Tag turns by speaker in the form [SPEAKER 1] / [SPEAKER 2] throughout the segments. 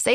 [SPEAKER 1] Say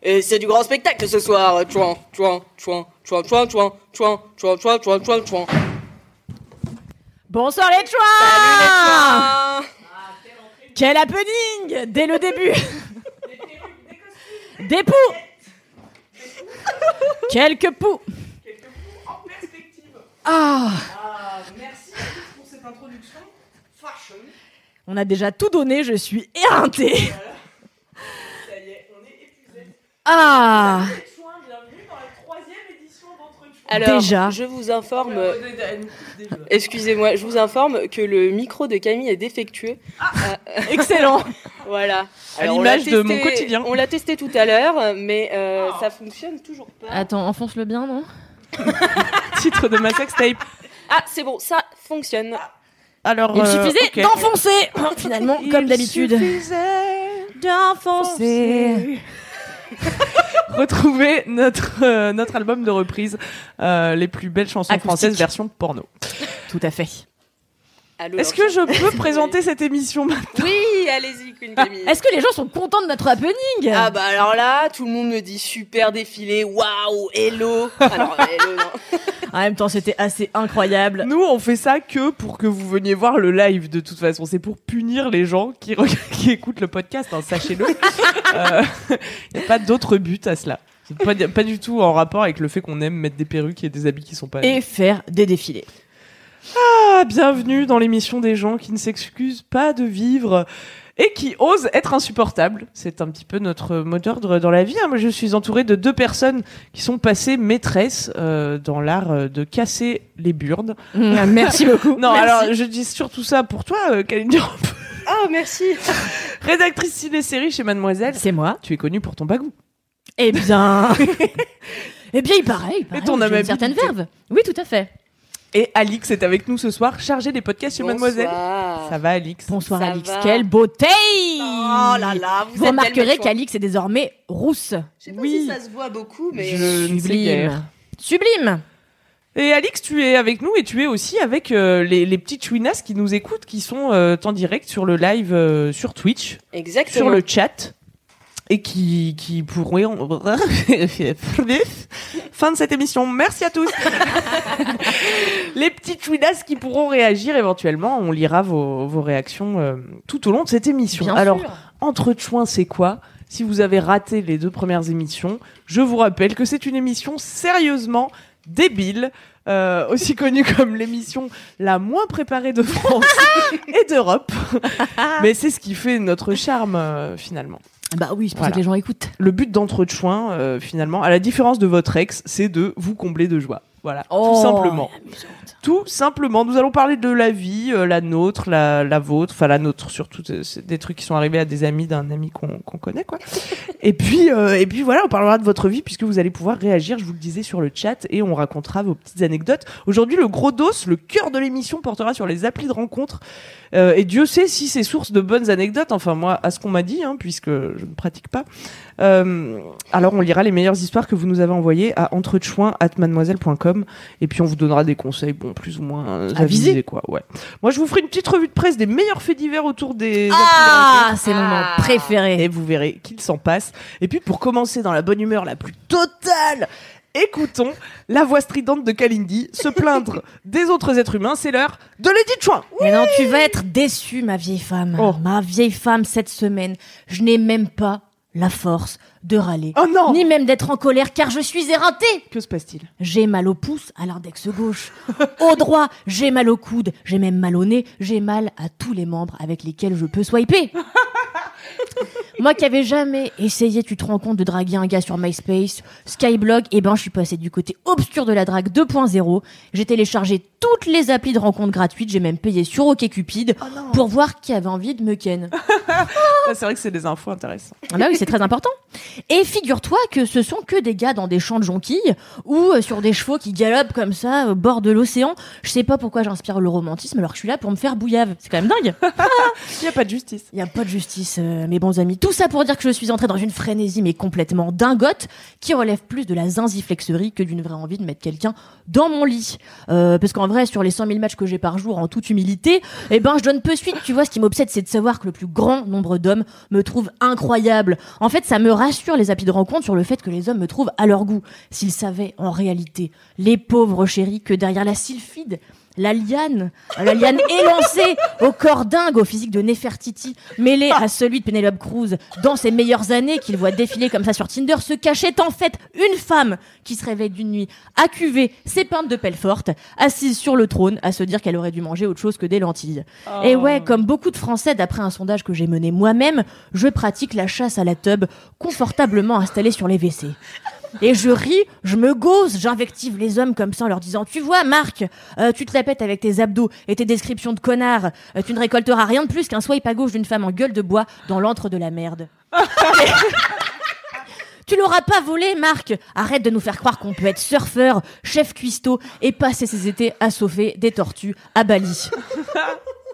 [SPEAKER 2] Et c'est du grand spectacle ce soir. Chouan, chouan, chouan, chouan, chouan, chouan, chouan, chouan, chouan, chouan, chouan, chouan.
[SPEAKER 3] Bonsoir les chouans Quel happening Dès le début Des poux Quelques poux
[SPEAKER 4] en perspective.
[SPEAKER 3] Ah
[SPEAKER 4] Ah, merci à tous pour cette introduction. Fashion.
[SPEAKER 3] On a déjà tout donné, je suis éreintée
[SPEAKER 4] Ça y est, on est épuisé.
[SPEAKER 3] Ah
[SPEAKER 4] Chouin, bienvenue dans la troisième édition d'Entre Chouin.
[SPEAKER 2] Alors,
[SPEAKER 3] Déjà.
[SPEAKER 2] je vous
[SPEAKER 5] Euh,
[SPEAKER 2] informe,
[SPEAKER 3] Euh,
[SPEAKER 4] Déjà.
[SPEAKER 2] excusez-moi, je vous informe que le micro de Camille est défectueux.
[SPEAKER 3] Excellent
[SPEAKER 2] Voilà.
[SPEAKER 5] À
[SPEAKER 2] Alors, on
[SPEAKER 5] l'image
[SPEAKER 2] l'a
[SPEAKER 5] de
[SPEAKER 2] testé-
[SPEAKER 5] mon quotidien.
[SPEAKER 2] On l'a testé tout à l'heure, mais euh, ça fonctionne toujours pas.
[SPEAKER 6] Attends, enfonce-le bien, non
[SPEAKER 5] titre de ma sextape.
[SPEAKER 2] Ah, c'est bon, ça fonctionne.
[SPEAKER 5] Alors,
[SPEAKER 3] Il
[SPEAKER 5] euh,
[SPEAKER 3] suffisait
[SPEAKER 5] ok.
[SPEAKER 3] d'enfoncer Finalement, comme
[SPEAKER 5] Il
[SPEAKER 3] d'habitude.
[SPEAKER 5] suffisait
[SPEAKER 3] D'enfoncer
[SPEAKER 5] Retrouvez notre, euh, notre album de reprise, euh, les plus belles chansons
[SPEAKER 3] Acoustique.
[SPEAKER 5] françaises version porno.
[SPEAKER 3] Tout à fait.
[SPEAKER 2] Allô,
[SPEAKER 5] Est-ce que je peux présenter cette émission maintenant
[SPEAKER 2] Oui, allez-y, Queen Camille.
[SPEAKER 5] Ah,
[SPEAKER 3] Est-ce que les gens sont contents de notre happening
[SPEAKER 2] Ah bah alors là, tout le monde me dit super défilé, waouh, hello. Alors, hello, non.
[SPEAKER 3] En même temps, c'était assez incroyable.
[SPEAKER 5] Nous, on fait ça que pour que vous veniez voir le live, de toute façon. C'est pour punir les gens qui, re- qui écoutent le podcast, hein, sachez-le. Il n'y a pas d'autre but à cela. C'est Pas, du- pas du tout en rapport avec le fait qu'on aime mettre des perruques et des habits qui sont pas...
[SPEAKER 3] Et faire des défilés.
[SPEAKER 5] Ah, bienvenue dans l'émission des gens qui ne s'excusent pas de vivre et qui osent être insupportables. C'est un petit peu notre mot d'ordre dans la vie. hein. Moi, je suis entourée de deux personnes qui sont passées maîtresses euh, dans l'art euh, de casser les burdes.
[SPEAKER 3] merci beaucoup.
[SPEAKER 5] Non, alors je dis surtout ça pour toi, euh, Kaline Durand,
[SPEAKER 2] Ah, merci.
[SPEAKER 5] rédactrice ciné-série chez Mademoiselle.
[SPEAKER 3] C'est moi.
[SPEAKER 5] Tu es connue pour ton bagou.
[SPEAKER 3] Eh bien. eh bien, il paraît. Il paraît
[SPEAKER 5] ton
[SPEAKER 3] j'ai une
[SPEAKER 5] amabilité.
[SPEAKER 3] certaine verve.
[SPEAKER 6] Oui, tout à fait.
[SPEAKER 5] Et Alix est avec nous ce soir, chargée des podcasts chez Mademoiselle.
[SPEAKER 2] Bonsoir.
[SPEAKER 5] Ça va, Alix
[SPEAKER 3] Bonsoir,
[SPEAKER 2] Ça
[SPEAKER 3] Alix.
[SPEAKER 2] va.
[SPEAKER 3] Quelle beauté
[SPEAKER 2] Oh là là, vous,
[SPEAKER 3] Vous
[SPEAKER 2] êtes tellement
[SPEAKER 3] remarquerez
[SPEAKER 2] chouin.
[SPEAKER 3] qu'Alix est désormais rousse.
[SPEAKER 2] Je sais pas
[SPEAKER 5] Oui.
[SPEAKER 2] si ça se voit beaucoup, mais
[SPEAKER 5] Je ne sais guère.
[SPEAKER 3] Sublime. Sublime
[SPEAKER 5] Et Alix, tu es avec nous et tu es aussi avec euh, les, les petites chouinasses qui nous écoutent, qui sont euh, en direct sur le live euh, sur Twitch,
[SPEAKER 2] exactement.
[SPEAKER 5] sur le chat, et qui, qui pourront... fin de cette émission, merci à tous Les petites chouinasses qui pourront réagir éventuellement, on lira vos, vos réactions euh, tout au long de cette émission.
[SPEAKER 6] Bien
[SPEAKER 5] Alors,
[SPEAKER 6] sûr.
[SPEAKER 5] entre chouins, c'est quoi Si vous avez raté les deux premières émissions, je vous rappelle que c'est une émission sérieusement débile, euh, aussi connue comme l'émission la moins préparée de France et d'Europe. Mais c'est ce qui fait notre charme euh, finalement.
[SPEAKER 3] Bah oui, c'est pour
[SPEAKER 5] Voilà.
[SPEAKER 3] ça que les gens écoutent.
[SPEAKER 5] Le but d'entre chouins, euh, finalement, à la différence de votre ex, c'est de vous combler de joie. Voilà, tout simplement. Tout simplement, nous allons parler de la vie, euh, la nôtre, la, la vôtre, enfin la nôtre surtout, euh, c'est des trucs qui sont arrivés à des amis d'un ami qu'on qu'on connaît, quoi. et puis, euh, et puis voilà, on parlera de votre vie puisque vous allez pouvoir réagir, je vous le disais sur le chat, et on racontera vos petites anecdotes. Aujourd'hui, le gros dos, le cœur de l'émission portera sur les applis de rencontre. Euh, et Dieu sait si c'est source de bonnes anecdotes, enfin moi, à ce qu'on m'a dit, hein, puisque je ne pratique pas. Euh, alors on lira les meilleures histoires que vous nous avez envoyées à entrechouin@mademoiselle.com et puis on vous donnera des conseils, bon plus ou moins euh,
[SPEAKER 3] Avisés.
[SPEAKER 5] avisés quoi. Ouais. Moi je vous ferai une petite revue de presse des meilleurs faits divers autour des.
[SPEAKER 3] Ah, c'est mon moment
[SPEAKER 2] Ah.
[SPEAKER 3] préféré.
[SPEAKER 5] Et vous verrez qu'il s'en passe. Et puis pour commencer dans la bonne humeur la plus totale, écoutons la voix stridente de Kalindi se plaindre des autres êtres humains. C'est l'heure de Lady Chouin.
[SPEAKER 3] Mais non, tu vas être déçue, ma vieille femme.
[SPEAKER 5] Oh.
[SPEAKER 3] Ma vieille femme, cette semaine, je n'ai même pas
[SPEAKER 7] la force de râler,
[SPEAKER 5] Oh non
[SPEAKER 7] ni même d'être en colère car je suis éreintée.
[SPEAKER 5] Que se passe-t-il
[SPEAKER 7] J'ai mal au pouce, à l'index gauche. au droit, j'ai mal au coude, j'ai même mal au nez, j'ai mal à tous les membres avec lesquels je peux swiper. Moi qui avais jamais essayé, tu te rends compte, de draguer un gars sur MySpace, Skyblog, et ben je suis passée du côté obscur de la drague 2.0. J'ai téléchargé toutes les applis de rencontres gratuites, j'ai même payé sur OkCupid pour voir qui avait envie de me ken.
[SPEAKER 5] Ah, C'est vrai que c'est des infos intéressantes.
[SPEAKER 7] Ah bah oui, c'est très important. Et figure-toi que ce sont que des gars dans des champs de jonquilles ou euh, sur des chevaux qui galopent comme ça au bord de l'océan. Je sais pas pourquoi j'inspire le romantisme alors que je suis là pour me faire bouillave. C'est quand même dingue.
[SPEAKER 5] Il n'y a pas de justice.
[SPEAKER 7] Il y a pas de justice, euh, mes bons amis. Tout ça pour dire que je suis entrée dans une frénésie mais complètement dingote qui relève plus de la zinziflexerie que d'une vraie envie de mettre quelqu'un dans mon lit. Euh, parce qu'en vrai, sur les 100 000 matchs que j'ai par jour, en toute humilité, eh ben, je donne peu suite. Tu vois, ce qui m'obsède, c'est de savoir que le plus grand nombre d'hommes me trouvent incroyable. En fait, ça me rassure les applis de rencontre sur le fait que les hommes me trouvent à leur goût. S'ils savaient, en réalité, les pauvres chéris, que derrière la sylphide, la liane, la liane élancée au corps dingue, au physique de Nefertiti, mêlée à celui de Penelope Cruz, dans ses meilleures années, qu'il voit défiler comme ça sur Tinder, se cachait en fait une femme qui se réveille d'une nuit accuvée, ses peintes de pelle forte, assise sur le trône, à se dire qu'elle aurait dû manger autre chose que des lentilles.
[SPEAKER 2] Ah.
[SPEAKER 7] Et ouais, comme beaucoup de Français, d'après un sondage que j'ai mené moi-même, je pratique la chasse à la tub, confortablement installée sur les WC. Et je ris, je me gauze, j'invective les hommes comme ça en leur disant Tu vois, Marc, euh, tu te la pètes avec tes abdos et tes descriptions de connard. Euh, tu ne récolteras rien de plus qu'un swipe à gauche d'une femme en gueule de bois dans l'antre de la merde. Tu l'auras pas volé, Marc Arrête de nous faire croire qu'on peut être surfeur, chef cuistot et passer ses étés à sauver des tortues à Bali.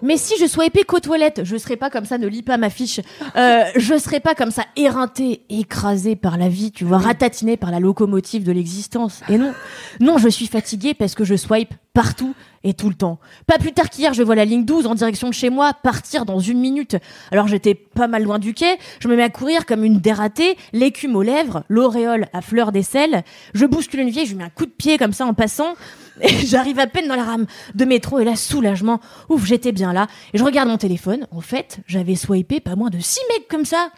[SPEAKER 7] Mais si je sois épée qu'aux toilettes, je serais pas comme ça, ne lis pas ma fiche. Euh, je serais pas comme ça, éreinté, écrasé par la vie, tu vois, ratatiné par la locomotive de l'existence. Et non, non, je suis fatiguée parce que je swipe partout et tout le temps. Pas plus tard qu'hier, je vois la ligne 12 en direction de chez moi partir dans une minute. Alors j'étais pas mal loin du quai, je me mets à courir comme une dératée, l'écume aux lèvres, l'auréole à fleur d'aisselle. Je bouscule une vieille, je lui mets un coup de pied comme ça en passant. Et j'arrive à peine dans la rame de métro et là, soulagement. Ouf, j'étais bien là. Et je regarde mon téléphone. En fait, j'avais swipé pas moins de six mecs comme ça.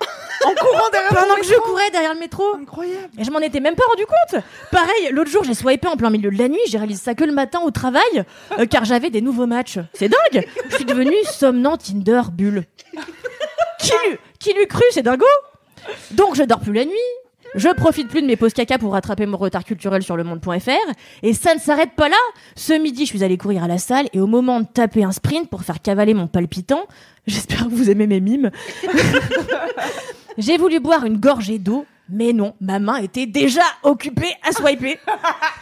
[SPEAKER 5] En courant derrière
[SPEAKER 7] Pendant
[SPEAKER 5] le
[SPEAKER 7] que je
[SPEAKER 5] métro.
[SPEAKER 7] courais derrière le métro.
[SPEAKER 5] Incroyable.
[SPEAKER 7] Et je m'en étais même pas rendu compte. Pareil, l'autre jour, j'ai swipé en plein milieu de la nuit, j'ai réalisé ça que le matin au travail, euh, car j'avais des nouveaux matchs. C'est dingue Je suis devenue somnant Tinder bulle. Qui l'eût qui l'eût cru, c'est dingo Donc je dors plus la nuit, je profite plus de mes pauses caca pour rattraper mon retard culturel sur le monde.fr, et ça ne s'arrête pas là Ce midi, je suis allée courir à la salle, et au moment de taper un sprint pour faire cavaler mon palpitant, j'espère que vous aimez mes mimes, j'ai voulu boire une gorgée d'eau, mais non, ma main était déjà occupée à swiper.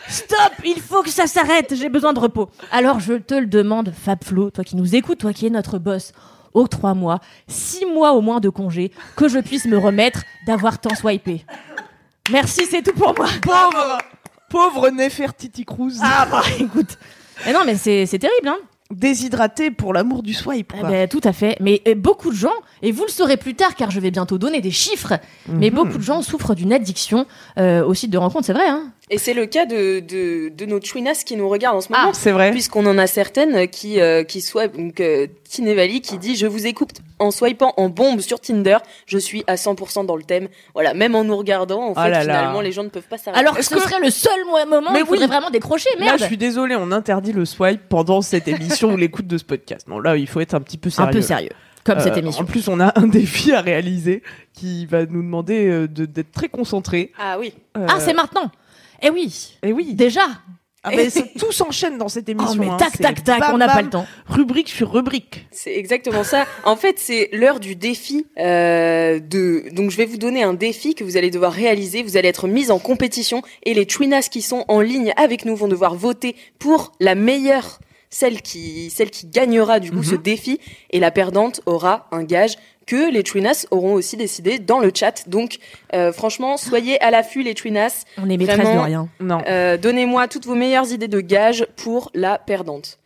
[SPEAKER 7] Stop, il faut que ça s'arrête, j'ai besoin de repos. Alors je te le demande, Fabflo, toi qui nous écoutes, toi qui es notre boss, aux trois mois, six mois au moins de congé, que je puisse me remettre d'avoir tant swipé. Merci, c'est tout pour moi.
[SPEAKER 5] Pauvre Pauvre Nefertiti Cruz.
[SPEAKER 7] Ah bah écoute. Mais non, mais c'est c'est terrible, hein.
[SPEAKER 5] Déshydratée pour l'amour du swipe.
[SPEAKER 7] Eh
[SPEAKER 5] quoi.
[SPEAKER 7] ben, tout à fait. Mais euh, beaucoup de gens, et vous le saurez plus tard car je vais bientôt donner des chiffres, mais beaucoup de gens souffrent d'une addiction euh, au site de rencontre, c'est vrai. Hein
[SPEAKER 2] Et c'est le cas de, de, de nos chouinasses qui nous regardent en ce
[SPEAKER 7] Ah,
[SPEAKER 2] moment.
[SPEAKER 5] Ah, C'est vrai.
[SPEAKER 2] Puisqu'on en a certaines qui, euh, qui swipe, donc euh, Tinevali qui dit Je vous écoute en swipant en bombe sur Tinder, je suis à 100% dans le thème. Voilà, même en nous regardant, en
[SPEAKER 5] Oh
[SPEAKER 2] fait,
[SPEAKER 5] là là.
[SPEAKER 2] finalement, les gens ne peuvent pas s'arrêter.
[SPEAKER 7] Alors que
[SPEAKER 5] Euh, Est-ce
[SPEAKER 7] ce
[SPEAKER 5] que-
[SPEAKER 7] serait le seul mo- moment où
[SPEAKER 5] Mais
[SPEAKER 7] il faudrait
[SPEAKER 5] oui.
[SPEAKER 7] vraiment décrocher,
[SPEAKER 5] Là,
[SPEAKER 7] merde
[SPEAKER 5] je suis désolée, on interdit le swipe pendant cette émission ou l'écoute de ce podcast. Non, là, il faut être un petit peu
[SPEAKER 7] Un
[SPEAKER 5] sérieux.
[SPEAKER 7] peu sérieux, comme cette
[SPEAKER 5] Euh,
[SPEAKER 7] émission.
[SPEAKER 5] En plus, on a un défi à réaliser qui va nous demander euh, de- d'être très concentrés.
[SPEAKER 2] Ah oui.
[SPEAKER 5] Euh,
[SPEAKER 7] Ah, c'est maintenant Eh oui
[SPEAKER 5] Eh oui.
[SPEAKER 7] Déjà
[SPEAKER 5] Ah, mais c'est- tout s'enchaîne dans cette
[SPEAKER 7] Oh
[SPEAKER 5] émission.
[SPEAKER 7] mais
[SPEAKER 5] hein.
[SPEAKER 7] tac,
[SPEAKER 5] C'est
[SPEAKER 7] tac, tac,
[SPEAKER 5] bam,
[SPEAKER 7] on n'a pas
[SPEAKER 5] bam,
[SPEAKER 7] le temps.
[SPEAKER 5] Rubrique sur rubrique.
[SPEAKER 2] C'est exactement ça. En fait, c'est l'heure du défi. euh, de donc, je vais vous donner un défi que vous allez devoir réaliser. Vous allez être mis en compétition et les Twinas qui sont en ligne avec nous vont devoir voter pour la meilleure, celle qui celle qui gagnera du coup ce défi et la perdante aura un gage que les Twinas auront aussi décidé dans le chat. Donc, euh, franchement, soyez à l'affût les Twinas.
[SPEAKER 7] On est maîtresse
[SPEAKER 2] Vraiment.
[SPEAKER 7] de rien.
[SPEAKER 5] Non.
[SPEAKER 2] Euh, Donnez-moi toutes vos meilleures idées de gages pour la perdante.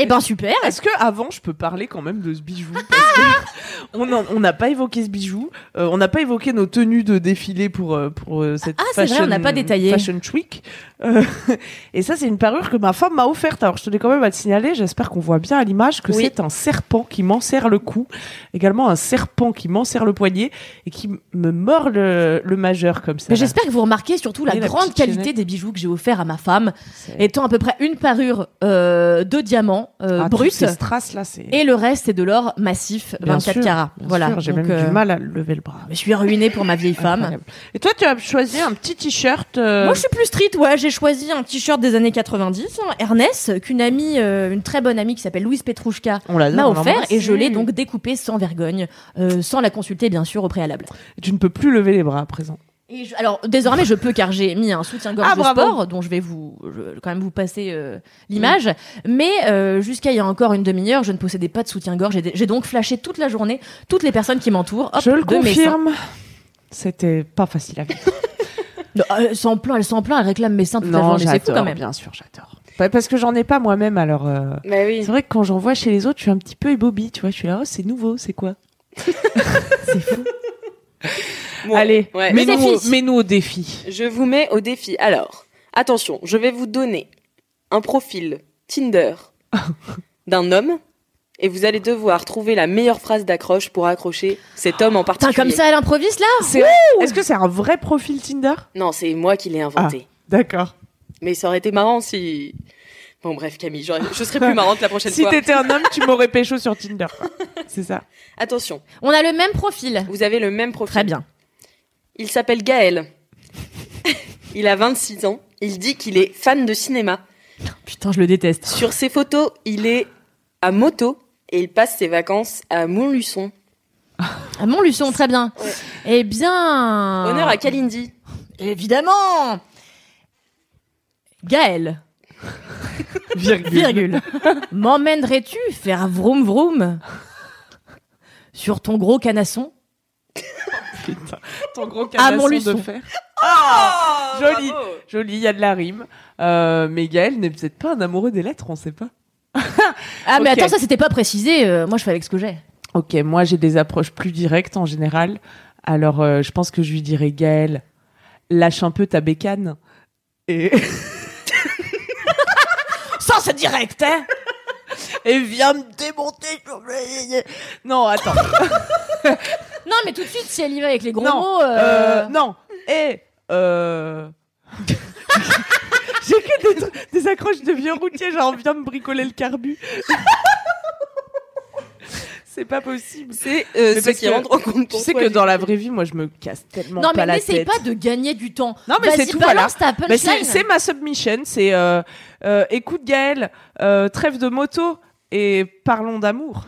[SPEAKER 7] Eh ben super
[SPEAKER 5] Est-ce que avant je peux parler quand même de ce bijou Parce que On en- on n'a pas évoqué ce bijou. euh, on n'a pas évoqué nos tenues de défilé pour euh, pour euh, cette
[SPEAKER 7] Ah, c'est vrai,
[SPEAKER 5] fashion,
[SPEAKER 7] on n'a pas détaillé.
[SPEAKER 5] fashion week. Euh, et ça, c'est une parure que ma femme m'a offerte. Alors, je tenais quand même à te signaler, j'espère qu'on voit bien à l'image que
[SPEAKER 2] Oui.
[SPEAKER 5] c'est un serpent qui m'enserre le cou, également un serpent qui m'enserre le poignet et qui m- me mord le, le majeur comme ça.
[SPEAKER 7] Mais
[SPEAKER 5] là.
[SPEAKER 7] j'espère que vous remarquez surtout la
[SPEAKER 5] Oui, la
[SPEAKER 7] grande
[SPEAKER 5] petite
[SPEAKER 7] qualité
[SPEAKER 5] chaînette.
[SPEAKER 7] des bijoux que j'ai offert à ma femme,
[SPEAKER 5] C'est-
[SPEAKER 7] étant à peu près une parure euh, de diamants euh,
[SPEAKER 5] Ah,
[SPEAKER 7] bruts
[SPEAKER 5] toutes Ces strass là, c'est.
[SPEAKER 7] et le reste c'est de l'or massif
[SPEAKER 5] Bien
[SPEAKER 7] 24
[SPEAKER 5] sûr,
[SPEAKER 7] carats.
[SPEAKER 5] bien
[SPEAKER 7] Voilà.
[SPEAKER 5] sûr, J'ai
[SPEAKER 7] Donc,
[SPEAKER 5] même
[SPEAKER 7] euh,
[SPEAKER 5] du mal à lever le bras.
[SPEAKER 7] Je suis ruinée pour ma vieille femme.
[SPEAKER 5] Incroyable. Et toi, tu as choisi un petit t-shirt. euh,
[SPEAKER 7] Moi, je suis plus street, ouais. J'ai choisi un t-shirt des années 90, hein, Ernest, qu'une amie, euh, une très bonne amie qui s'appelle Louise Petrouchka
[SPEAKER 5] On l'adore,
[SPEAKER 7] m'a
[SPEAKER 5] on
[SPEAKER 7] offert
[SPEAKER 5] l'embrasse.
[SPEAKER 7] et je l'ai donc découpé sans vergogne, euh, sans la consulter bien sûr au préalable.
[SPEAKER 5] Tu ne peux plus lever les bras à présent.
[SPEAKER 7] Et je- alors désormais je peux car j'ai mis un soutien-gorge
[SPEAKER 5] Ah,
[SPEAKER 7] de
[SPEAKER 5] bravo.
[SPEAKER 7] sport dont je vais vous je- quand même vous passer euh, l'image. Mais euh, jusqu'à il y a encore une demi-heure je ne possédais pas de soutien-gorge. J'ai- J'ai donc flashé toute la journée toutes les personnes qui m'entourent. hop,
[SPEAKER 5] je le
[SPEAKER 7] de mes seins.
[SPEAKER 5] confirme. C'était pas facile à vivre.
[SPEAKER 7] Non, Elle s'en plaint, elle s'en plaint, elle réclame mes seins toute la
[SPEAKER 5] non,
[SPEAKER 7] journée. C'est fou quand
[SPEAKER 5] j'adore,
[SPEAKER 7] même.
[SPEAKER 5] bien sûr, j'adore. Pa- Parce que j'en ai pas moi-même, alors. euh,
[SPEAKER 2] Bah oui.
[SPEAKER 5] C'est vrai que quand j'en vois chez les autres, je suis un petit peu ébobie, tu vois. Je suis là, oh, c'est nouveau, c'est quoi
[SPEAKER 2] Bon,
[SPEAKER 5] Allez,
[SPEAKER 2] ouais.
[SPEAKER 5] mets-nous
[SPEAKER 2] Le
[SPEAKER 5] au-
[SPEAKER 2] défi.
[SPEAKER 5] mets-nous au défi.
[SPEAKER 2] Je vous mets au défi. Alors, attention, je vais vous donner un profil Tinder d'un homme et vous allez devoir trouver la meilleure phrase d'accroche pour accrocher cet homme en
[SPEAKER 7] Putain,
[SPEAKER 2] particulier.
[SPEAKER 7] comme ça elle improvise là
[SPEAKER 5] C'est- Est-ce que c'est un vrai profil Tinder
[SPEAKER 2] Non, c'est moi qui l'ai inventé.
[SPEAKER 7] Ah.
[SPEAKER 5] D'accord.
[SPEAKER 2] Mais ça aurait été marrant si. Bon, bref, Camille, j'aurais- je serais plus marrante la prochaine
[SPEAKER 5] Si
[SPEAKER 2] fois.
[SPEAKER 5] t'étais un homme, tu m'aurais pécho sur Tinder. quoi. C'est ça.
[SPEAKER 2] Attention,
[SPEAKER 7] On a le même profil.
[SPEAKER 2] vous avez le même profil.
[SPEAKER 7] Très bien.
[SPEAKER 2] Il s'appelle Gaël. il a 26 ans. Il dit qu'il est fan de cinéma.
[SPEAKER 7] Putain, je le déteste.
[SPEAKER 2] Sur ses photos, il est à moto et il passe ses vacances à Montluçon.
[SPEAKER 7] Ah, Montluçon, très bien.
[SPEAKER 2] Ouais.
[SPEAKER 7] Eh bien.
[SPEAKER 2] Honneur à Kalindi.
[SPEAKER 7] Évidemment Gaël,
[SPEAKER 5] Virgule.
[SPEAKER 7] virgule, m'emmènerais-tu faire vroom vroom sur ton gros canasson
[SPEAKER 5] Putain. Ton gros
[SPEAKER 7] Ah,
[SPEAKER 5] canasson
[SPEAKER 7] mon
[SPEAKER 5] de
[SPEAKER 7] luçon.
[SPEAKER 5] fer.
[SPEAKER 2] Ah, Euh,
[SPEAKER 5] joli. Joli, il y a de la rime. Euh, mais Gaël n'est peut-être pas un amoureux des lettres, on sait pas.
[SPEAKER 7] Ah, mais
[SPEAKER 5] Ok.
[SPEAKER 7] attends, ça c'était pas précisé, euh, moi je fais avec ce que j'ai.
[SPEAKER 5] Ok, moi j'ai des approches plus directes en général. Alors euh, je pense que je lui dirais Gaël, lâche un peu ta bécane. Et,
[SPEAKER 7] Ça c'est direct, hein
[SPEAKER 5] et viens me démonter. sur le- Non, attends.
[SPEAKER 7] Non, mais tout de suite, si elle y va avec les gros
[SPEAKER 5] Non,
[SPEAKER 7] mots. euh,
[SPEAKER 5] Euh, non. Et... Euh... j'ai que des, tr- des accroches de vieux routier, genre viens me bricoler le carbu. C'est pas possible.
[SPEAKER 2] C'est euh,
[SPEAKER 5] Mais
[SPEAKER 2] ceux
[SPEAKER 5] parce
[SPEAKER 2] qui
[SPEAKER 5] que
[SPEAKER 2] rentrent en compte
[SPEAKER 5] Tu
[SPEAKER 2] pour
[SPEAKER 5] sais
[SPEAKER 2] toi,
[SPEAKER 5] que
[SPEAKER 2] du
[SPEAKER 5] dans
[SPEAKER 2] coup.
[SPEAKER 5] la vraie vie, moi je me casse tellement
[SPEAKER 7] Non,
[SPEAKER 5] pas
[SPEAKER 7] mais
[SPEAKER 5] la
[SPEAKER 7] n'essaye
[SPEAKER 5] tête.
[SPEAKER 7] pas de gagner du temps.
[SPEAKER 5] Non, mais
[SPEAKER 7] Vas-y,
[SPEAKER 5] c'est tout,
[SPEAKER 7] balance ta
[SPEAKER 5] Bah, c'est
[SPEAKER 7] punchline.
[SPEAKER 5] c'est ma submission, c'est euh, euh, écoute Gaël, euh, trêve de moto et parlons d'amour.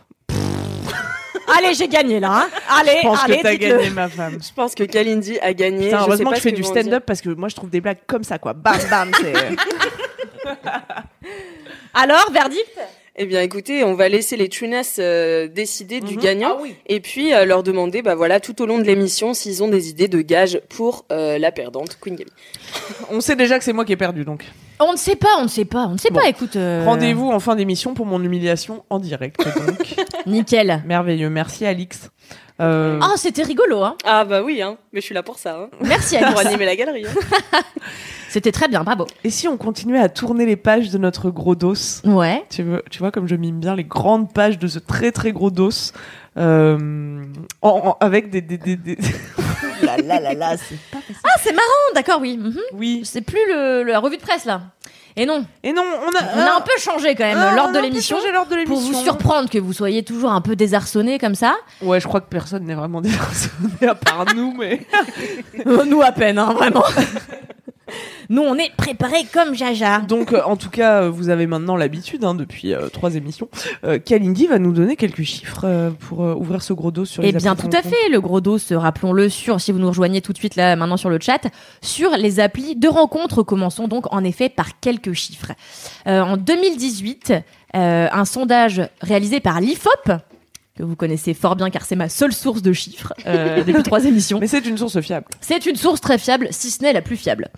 [SPEAKER 7] Allez, j'ai gagné là, hein. Allez,
[SPEAKER 5] Je pense que
[SPEAKER 7] allez,
[SPEAKER 5] t'as
[SPEAKER 7] dites-le.
[SPEAKER 5] gagné ma femme.
[SPEAKER 2] Je pense que Kalindi a gagné.
[SPEAKER 5] Putain,
[SPEAKER 2] sais
[SPEAKER 5] heureusement
[SPEAKER 2] pas
[SPEAKER 5] que je fais
[SPEAKER 2] ce
[SPEAKER 5] du
[SPEAKER 2] vont en dire.
[SPEAKER 5] stand-up parce que moi je trouve des blagues comme ça quoi. Bam bam, c'est
[SPEAKER 7] Alors, verdict
[SPEAKER 2] Eh bien, écoutez, on va laisser les tunas euh, décider du gagnant et puis euh, leur demander, bah voilà, tout au long de l'émission, s'ils ont des idées de gages pour euh, la perdante Queen Camille.
[SPEAKER 5] On sait déjà que c'est moi qui ai perdu donc.
[SPEAKER 7] On ne sait pas, on ne sait pas, on ne sait
[SPEAKER 5] Bon.
[SPEAKER 7] pas, écoute. euh,
[SPEAKER 5] Rendez-vous en fin d'émission pour mon humiliation en direct donc.
[SPEAKER 7] Nickel.
[SPEAKER 5] Merveilleux, merci Alix. Euh,
[SPEAKER 7] Ah, c'était rigolo, hein.
[SPEAKER 2] Ah bah oui, hein. Mais je suis là pour ça, hein.
[SPEAKER 7] Merci
[SPEAKER 2] pour
[SPEAKER 7] Alice.
[SPEAKER 2] animer la galerie. hein.
[SPEAKER 7] C'était très bien, bravo.
[SPEAKER 5] Et si on continuait à tourner les pages de notre gros dos
[SPEAKER 7] Ouais.
[SPEAKER 5] Tu vois, tu vois comme je mime bien les grandes pages de ce très très gros dos euh, en- en- avec des, des, des, des-
[SPEAKER 7] Ah, c'est marrant, d'accord, oui. mhm.
[SPEAKER 5] oui
[SPEAKER 7] C'est plus le, le- la revue de presse là. Et non,
[SPEAKER 5] et non on
[SPEAKER 7] on
[SPEAKER 5] a,
[SPEAKER 7] a un peu changé quand même
[SPEAKER 5] Ah,
[SPEAKER 7] l'ordre
[SPEAKER 5] on a
[SPEAKER 7] de
[SPEAKER 5] un peu
[SPEAKER 7] l'émission
[SPEAKER 5] changé l'ordre de
[SPEAKER 7] pour
[SPEAKER 5] l'émission
[SPEAKER 7] vous surprendre que vous soyez toujours un peu désarçonné comme ça.
[SPEAKER 5] ouais je crois que personne n'est vraiment désarçonné à part nous mais
[SPEAKER 7] Nous à peine, hein, vraiment. Nous, on est préparés comme Jaja.
[SPEAKER 5] donc euh, en tout cas euh, vous avez maintenant l'habitude hein, depuis euh, trois émissions euh, Kalindi va nous donner quelques chiffres euh, pour euh, ouvrir ce gros dos sur
[SPEAKER 7] Eh
[SPEAKER 5] les
[SPEAKER 7] bien,
[SPEAKER 5] applis
[SPEAKER 7] tout
[SPEAKER 5] de
[SPEAKER 7] à
[SPEAKER 5] rencontres.
[SPEAKER 7] fait. Le gros dos, se, rappelons-le, sur, si vous nous rejoignez tout de suite là, maintenant sur le chat, sur les applis de rencontres. Commençons donc en effet par quelques chiffres. Euh, en 2018, euh, un sondage réalisé par l'IFOP, que vous connaissez fort bien car c'est ma seule source de chiffres euh, depuis trois émissions.
[SPEAKER 5] mais c'est une source fiable
[SPEAKER 7] C'est une source très fiable, si ce n'est la plus fiable.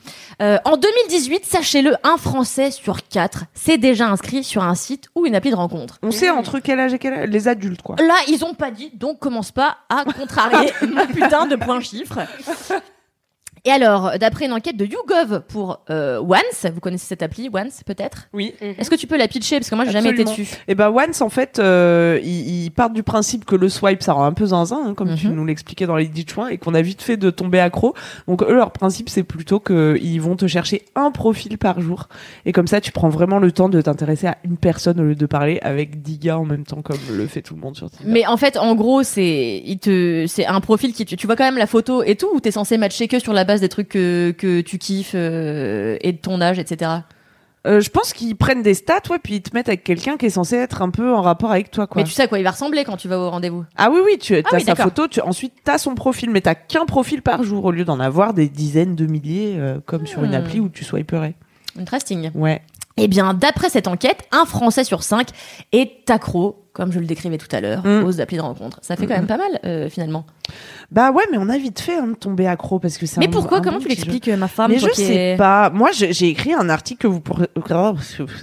[SPEAKER 7] Euh, en 2018, sachez-le, un Français sur quatre s'est déjà inscrit sur un site ou une appli de rencontre.
[SPEAKER 5] on sait entre quel âge et quel âge les adultes quoi
[SPEAKER 7] Là, ils ont pas dit, donc commence pas à contrarier mon putain de point chiffre. Et alors, d'après une enquête de YouGov pour euh, Once, vous connaissez cette appli, Once peut-être
[SPEAKER 5] Oui.
[SPEAKER 7] Est-ce que tu peux la pitcher Parce que moi, j'ai jamais été
[SPEAKER 5] Absolument.
[SPEAKER 7] dessus.
[SPEAKER 5] Et bah Once, en fait, euh, ils, ils partent du principe que le swipe, ça rend un peu zinzin, hein, comme tu
[SPEAKER 7] Mhm.
[SPEAKER 5] nous l'expliquais dans les ditchouins, et qu'on a vite fait de tomber accro. Donc eux, leur principe, c'est plutôt qu'ils vont te chercher un profil par jour. Et comme ça, tu prends vraiment le temps de t'intéresser à une personne au lieu de parler avec 10 gars en même temps, comme le fait tout le monde sur Tinder.
[SPEAKER 7] Mais en fait, en gros, c'est il te c'est un profil qui tu, tu vois quand même la photo et tout ou t'es censé matcher que sur la base des trucs que, que tu kiffes euh, et de ton âge, etc.
[SPEAKER 5] Euh, je pense qu'ils prennent des stats, ouais, puis ils te mettent avec quelqu'un qui est censé être un peu en rapport avec toi, quoi.
[SPEAKER 7] Mais tu sais à quoi il va ressembler quand tu vas au rendez-vous.
[SPEAKER 5] Ah oui, oui, tu as
[SPEAKER 7] oui,
[SPEAKER 5] sa
[SPEAKER 7] d'accord.
[SPEAKER 5] photo, tu, ensuite tu as son profil, mais t'as qu'un profil par jour au lieu d'en avoir des dizaines de milliers, euh, comme sur une
[SPEAKER 7] Hmm.
[SPEAKER 5] appli où tu swiperais.
[SPEAKER 7] Interesting.
[SPEAKER 5] Ouais.
[SPEAKER 7] Eh bien, d'après cette enquête, un Français sur cinq est accro, comme je le décrivais tout à l'heure,
[SPEAKER 5] Mm.
[SPEAKER 7] aux applis de rencontre. Ça fait quand
[SPEAKER 5] Mm.
[SPEAKER 7] même pas mal euh, finalement.
[SPEAKER 5] Bah ouais, mais on a vite fait hein, de tomber accro parce que c'est.
[SPEAKER 7] Mais
[SPEAKER 5] un-
[SPEAKER 7] pourquoi
[SPEAKER 5] un
[SPEAKER 7] Comment
[SPEAKER 5] bon
[SPEAKER 7] tu
[SPEAKER 5] petit jeu.
[SPEAKER 7] l'expliques, euh, ma femme
[SPEAKER 5] Mais
[SPEAKER 7] toi
[SPEAKER 5] je
[SPEAKER 7] qui
[SPEAKER 5] sais
[SPEAKER 7] es-
[SPEAKER 5] pas. Moi, j'ai j'ai écrit un article que vous pourrez. Oh,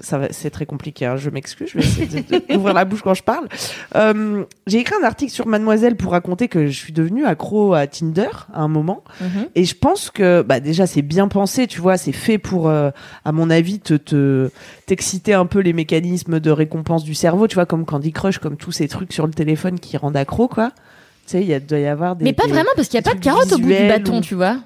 [SPEAKER 5] ça va- c'est très compliqué. hein, Je m'excuse. Je vais essayer de- d'ouvrir la bouche quand je parle. Euh, j'ai écrit un article sur Mademoiselle pour raconter que je suis devenue accro à Tinder à un moment.
[SPEAKER 7] Mhm.
[SPEAKER 5] Et je pense que, bah déjà, c'est bien pensé, tu vois, c'est fait pour, euh, à mon avis, te te- t'exciter un peu les mécanismes de récompense du cerveau, tu vois, comme Candy Crush, comme tous ces trucs sur le téléphone qui rendent accro, quoi. Tu sais, il y a- doit y avoir des.
[SPEAKER 7] Mais pas
[SPEAKER 5] des-
[SPEAKER 7] vraiment parce qu'il n'y a
[SPEAKER 5] des
[SPEAKER 7] pas de
[SPEAKER 5] trucs
[SPEAKER 7] carotte au bout du
[SPEAKER 5] visuels
[SPEAKER 7] bâton,
[SPEAKER 5] ou-
[SPEAKER 7] tu vois.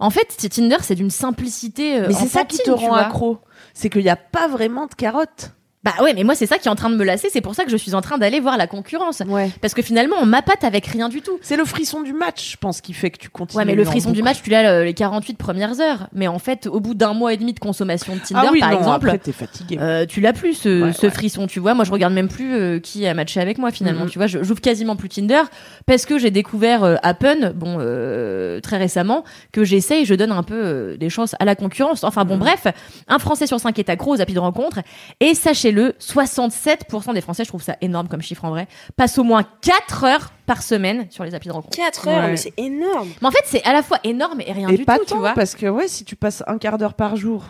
[SPEAKER 7] En fait, t- Tinder, c'est d'une simplicité. euh,
[SPEAKER 5] Mais c'est ça qui te
[SPEAKER 7] enfantine, tu
[SPEAKER 5] rend
[SPEAKER 7] vois.
[SPEAKER 5] accro, c'est qu'il n'y a pas vraiment de carotte.
[SPEAKER 7] Bah ouais, mais moi c'est ça qui est en train de me lasser. C'est pour ça que je suis en train d'aller voir la concurrence.
[SPEAKER 5] Ouais.
[SPEAKER 7] Parce que finalement, on m'appâte avec rien du tout.
[SPEAKER 5] C'est le frisson du match, je pense, qui fait que tu continues.
[SPEAKER 7] Ouais, mais le
[SPEAKER 5] en
[SPEAKER 7] frisson du
[SPEAKER 5] boucle.
[SPEAKER 7] match, tu l'as euh, les 48 premières heures. Mais en fait, au bout d'un mois et demi de consommation de Tinder,
[SPEAKER 5] ah oui,
[SPEAKER 7] par
[SPEAKER 5] non,
[SPEAKER 7] exemple,
[SPEAKER 5] Après, t'es fatigué.
[SPEAKER 7] euh, tu l'as plus ce,
[SPEAKER 5] Ouais,
[SPEAKER 7] ce
[SPEAKER 5] ouais.
[SPEAKER 7] frisson. Tu vois, moi je regarde même plus euh, qui a matché avec moi finalement.
[SPEAKER 5] Mhm.
[SPEAKER 7] Tu vois, je- j'ouvre quasiment plus Tinder parce que j'ai découvert euh, Happen, bon, euh, très récemment, que j'essaye, je donne un peu euh, des chances à la concurrence. Enfin bon,
[SPEAKER 5] Mhm.
[SPEAKER 7] bref, un Français sur cinq est accro aux applis de rencontre. Et sachez-le, 67% des Français, je trouve ça énorme comme chiffre en vrai, passent au moins 4 heures par semaine sur les applis de rencontre.
[SPEAKER 2] 4 heures,
[SPEAKER 5] Ouais.
[SPEAKER 2] mais c'est énorme.
[SPEAKER 7] Mais en fait, c'est à la fois énorme et rien
[SPEAKER 5] Et
[SPEAKER 7] du
[SPEAKER 5] pas
[SPEAKER 7] tout, tu
[SPEAKER 5] tant,
[SPEAKER 7] vois.
[SPEAKER 5] parce que ouais, si tu passes un quart d'heure par jour,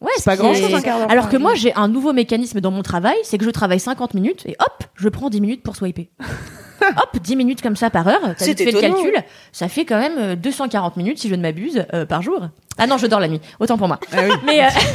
[SPEAKER 7] Ouais,
[SPEAKER 5] c'est pas
[SPEAKER 7] ce qui est-
[SPEAKER 5] grand-chose hein, un quart d'heure.
[SPEAKER 7] Alors
[SPEAKER 5] par
[SPEAKER 7] que
[SPEAKER 5] jour.
[SPEAKER 7] moi, j'ai un nouveau mécanisme dans mon travail, c'est que je travaille 50 minutes et hop, je prends 10 minutes pour swiper. hop, 10 minutes comme ça par heure, t'as
[SPEAKER 2] C'est
[SPEAKER 7] vite fait le
[SPEAKER 2] étonnant.
[SPEAKER 7] calcul, ça fait quand même euh, 240 minutes, si je ne m'abuse, euh, par jour. Ah non, je dors la nuit, autant pour moi.
[SPEAKER 5] Ah oui.
[SPEAKER 7] Mais euh,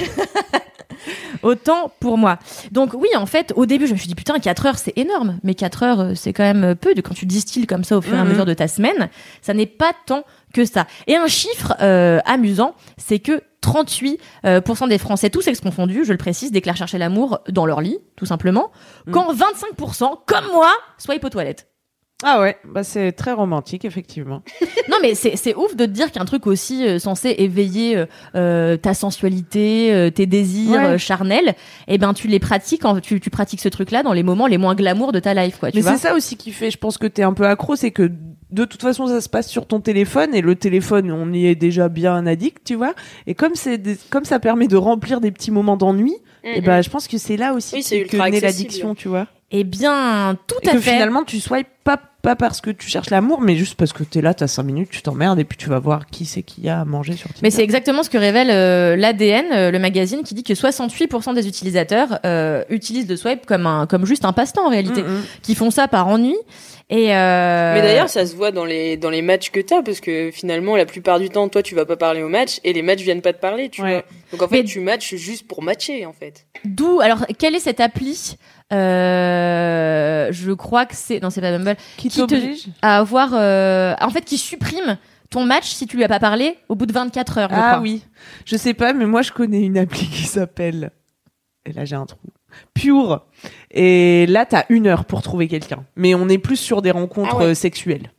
[SPEAKER 7] autant pour moi. Donc oui, en fait, au début, je me suis dit putain, 4 heures, c'est énorme, mais 4 heures, euh, c'est quand même euh, peu de quand tu distilles comme ça au fur et à
[SPEAKER 5] Mhm.
[SPEAKER 7] mesure de ta semaine, ça n'est pas tant que ça. Et un chiffre euh, amusant, c'est que 38% euh, pour cent des Français, tous sexes confondus, je le précise, déclarent chercher l'amour dans leur lit, tout simplement,
[SPEAKER 5] Mhm.
[SPEAKER 7] quand 25%, comme moi, swipe aux toilettes.
[SPEAKER 5] Ah ouais, bah c'est très romantique, effectivement.
[SPEAKER 7] Non, mais c'est c'est ouf de te dire qu'un truc aussi euh, censé éveiller euh, euh, ta sensualité, euh, tes désirs
[SPEAKER 5] Ouais.
[SPEAKER 7] euh, charnels, eh ben tu les pratiques, en, tu, tu pratiques ce truc-là dans les moments les moins glamour de ta life, quoi. Tu
[SPEAKER 5] Mais
[SPEAKER 7] vois
[SPEAKER 5] c'est ça aussi qui fait, je pense que t'es un peu accro, c'est que de toute façon ça se passe sur ton téléphone et le téléphone on y est déjà bien addict, tu vois. Et comme c'est des- comme ça permet de remplir des petits moments d'ennui, et
[SPEAKER 7] ben,
[SPEAKER 2] Mm,
[SPEAKER 5] bah
[SPEAKER 2] mm.
[SPEAKER 5] je pense que c'est là aussi
[SPEAKER 2] Oui, c'est
[SPEAKER 5] que
[SPEAKER 2] ultra
[SPEAKER 5] naît
[SPEAKER 2] accessible.
[SPEAKER 5] l'addiction, tu vois.
[SPEAKER 7] Eh bien, tout
[SPEAKER 5] Et
[SPEAKER 7] à
[SPEAKER 5] que
[SPEAKER 7] fait.
[SPEAKER 5] finalement tu swipes pas pas parce que tu cherches l'amour, mais juste parce que t'es là, t'as cinq minutes, tu t'emmerdes et puis tu vas voir qui c'est qu'il y a à manger sur Tinder.
[SPEAKER 7] Mais c'est exactement ce que révèle euh, l'ADN, euh, le magazine, qui dit que 68% des utilisateurs euh, utilisent le swipe comme un, comme juste un passe-temps en réalité,
[SPEAKER 5] Mm, mm.
[SPEAKER 7] qui font ça par ennui. Et euh,
[SPEAKER 2] Mais d'ailleurs, ça se voit dans les, dans les matchs que t'as, parce que finalement, la plupart du temps, toi, tu vas pas parler au match, et les matchs viennent pas te parler, tu
[SPEAKER 5] Ouais.
[SPEAKER 2] vois. Donc en fait,
[SPEAKER 7] Mais-
[SPEAKER 2] tu matches juste pour matcher, en fait.
[SPEAKER 7] d'où alors quelle est cette appli euh, Je crois que c'est non, c'est pas Bumble.
[SPEAKER 5] Qui
[SPEAKER 7] qui te-
[SPEAKER 5] t'oblige
[SPEAKER 7] à avoir euh, en fait qui supprime ton match si tu lui as pas parlé au bout de 24 heures. je
[SPEAKER 5] Ah
[SPEAKER 7] crois.
[SPEAKER 5] oui, je sais pas, mais moi je connais une appli qui s'appelle. Et là j'ai un trou. Pure. Et là t'as une heure pour trouver quelqu'un. Mais on est plus sur des rencontres
[SPEAKER 2] Ah ouais.
[SPEAKER 5] euh, sexuelles.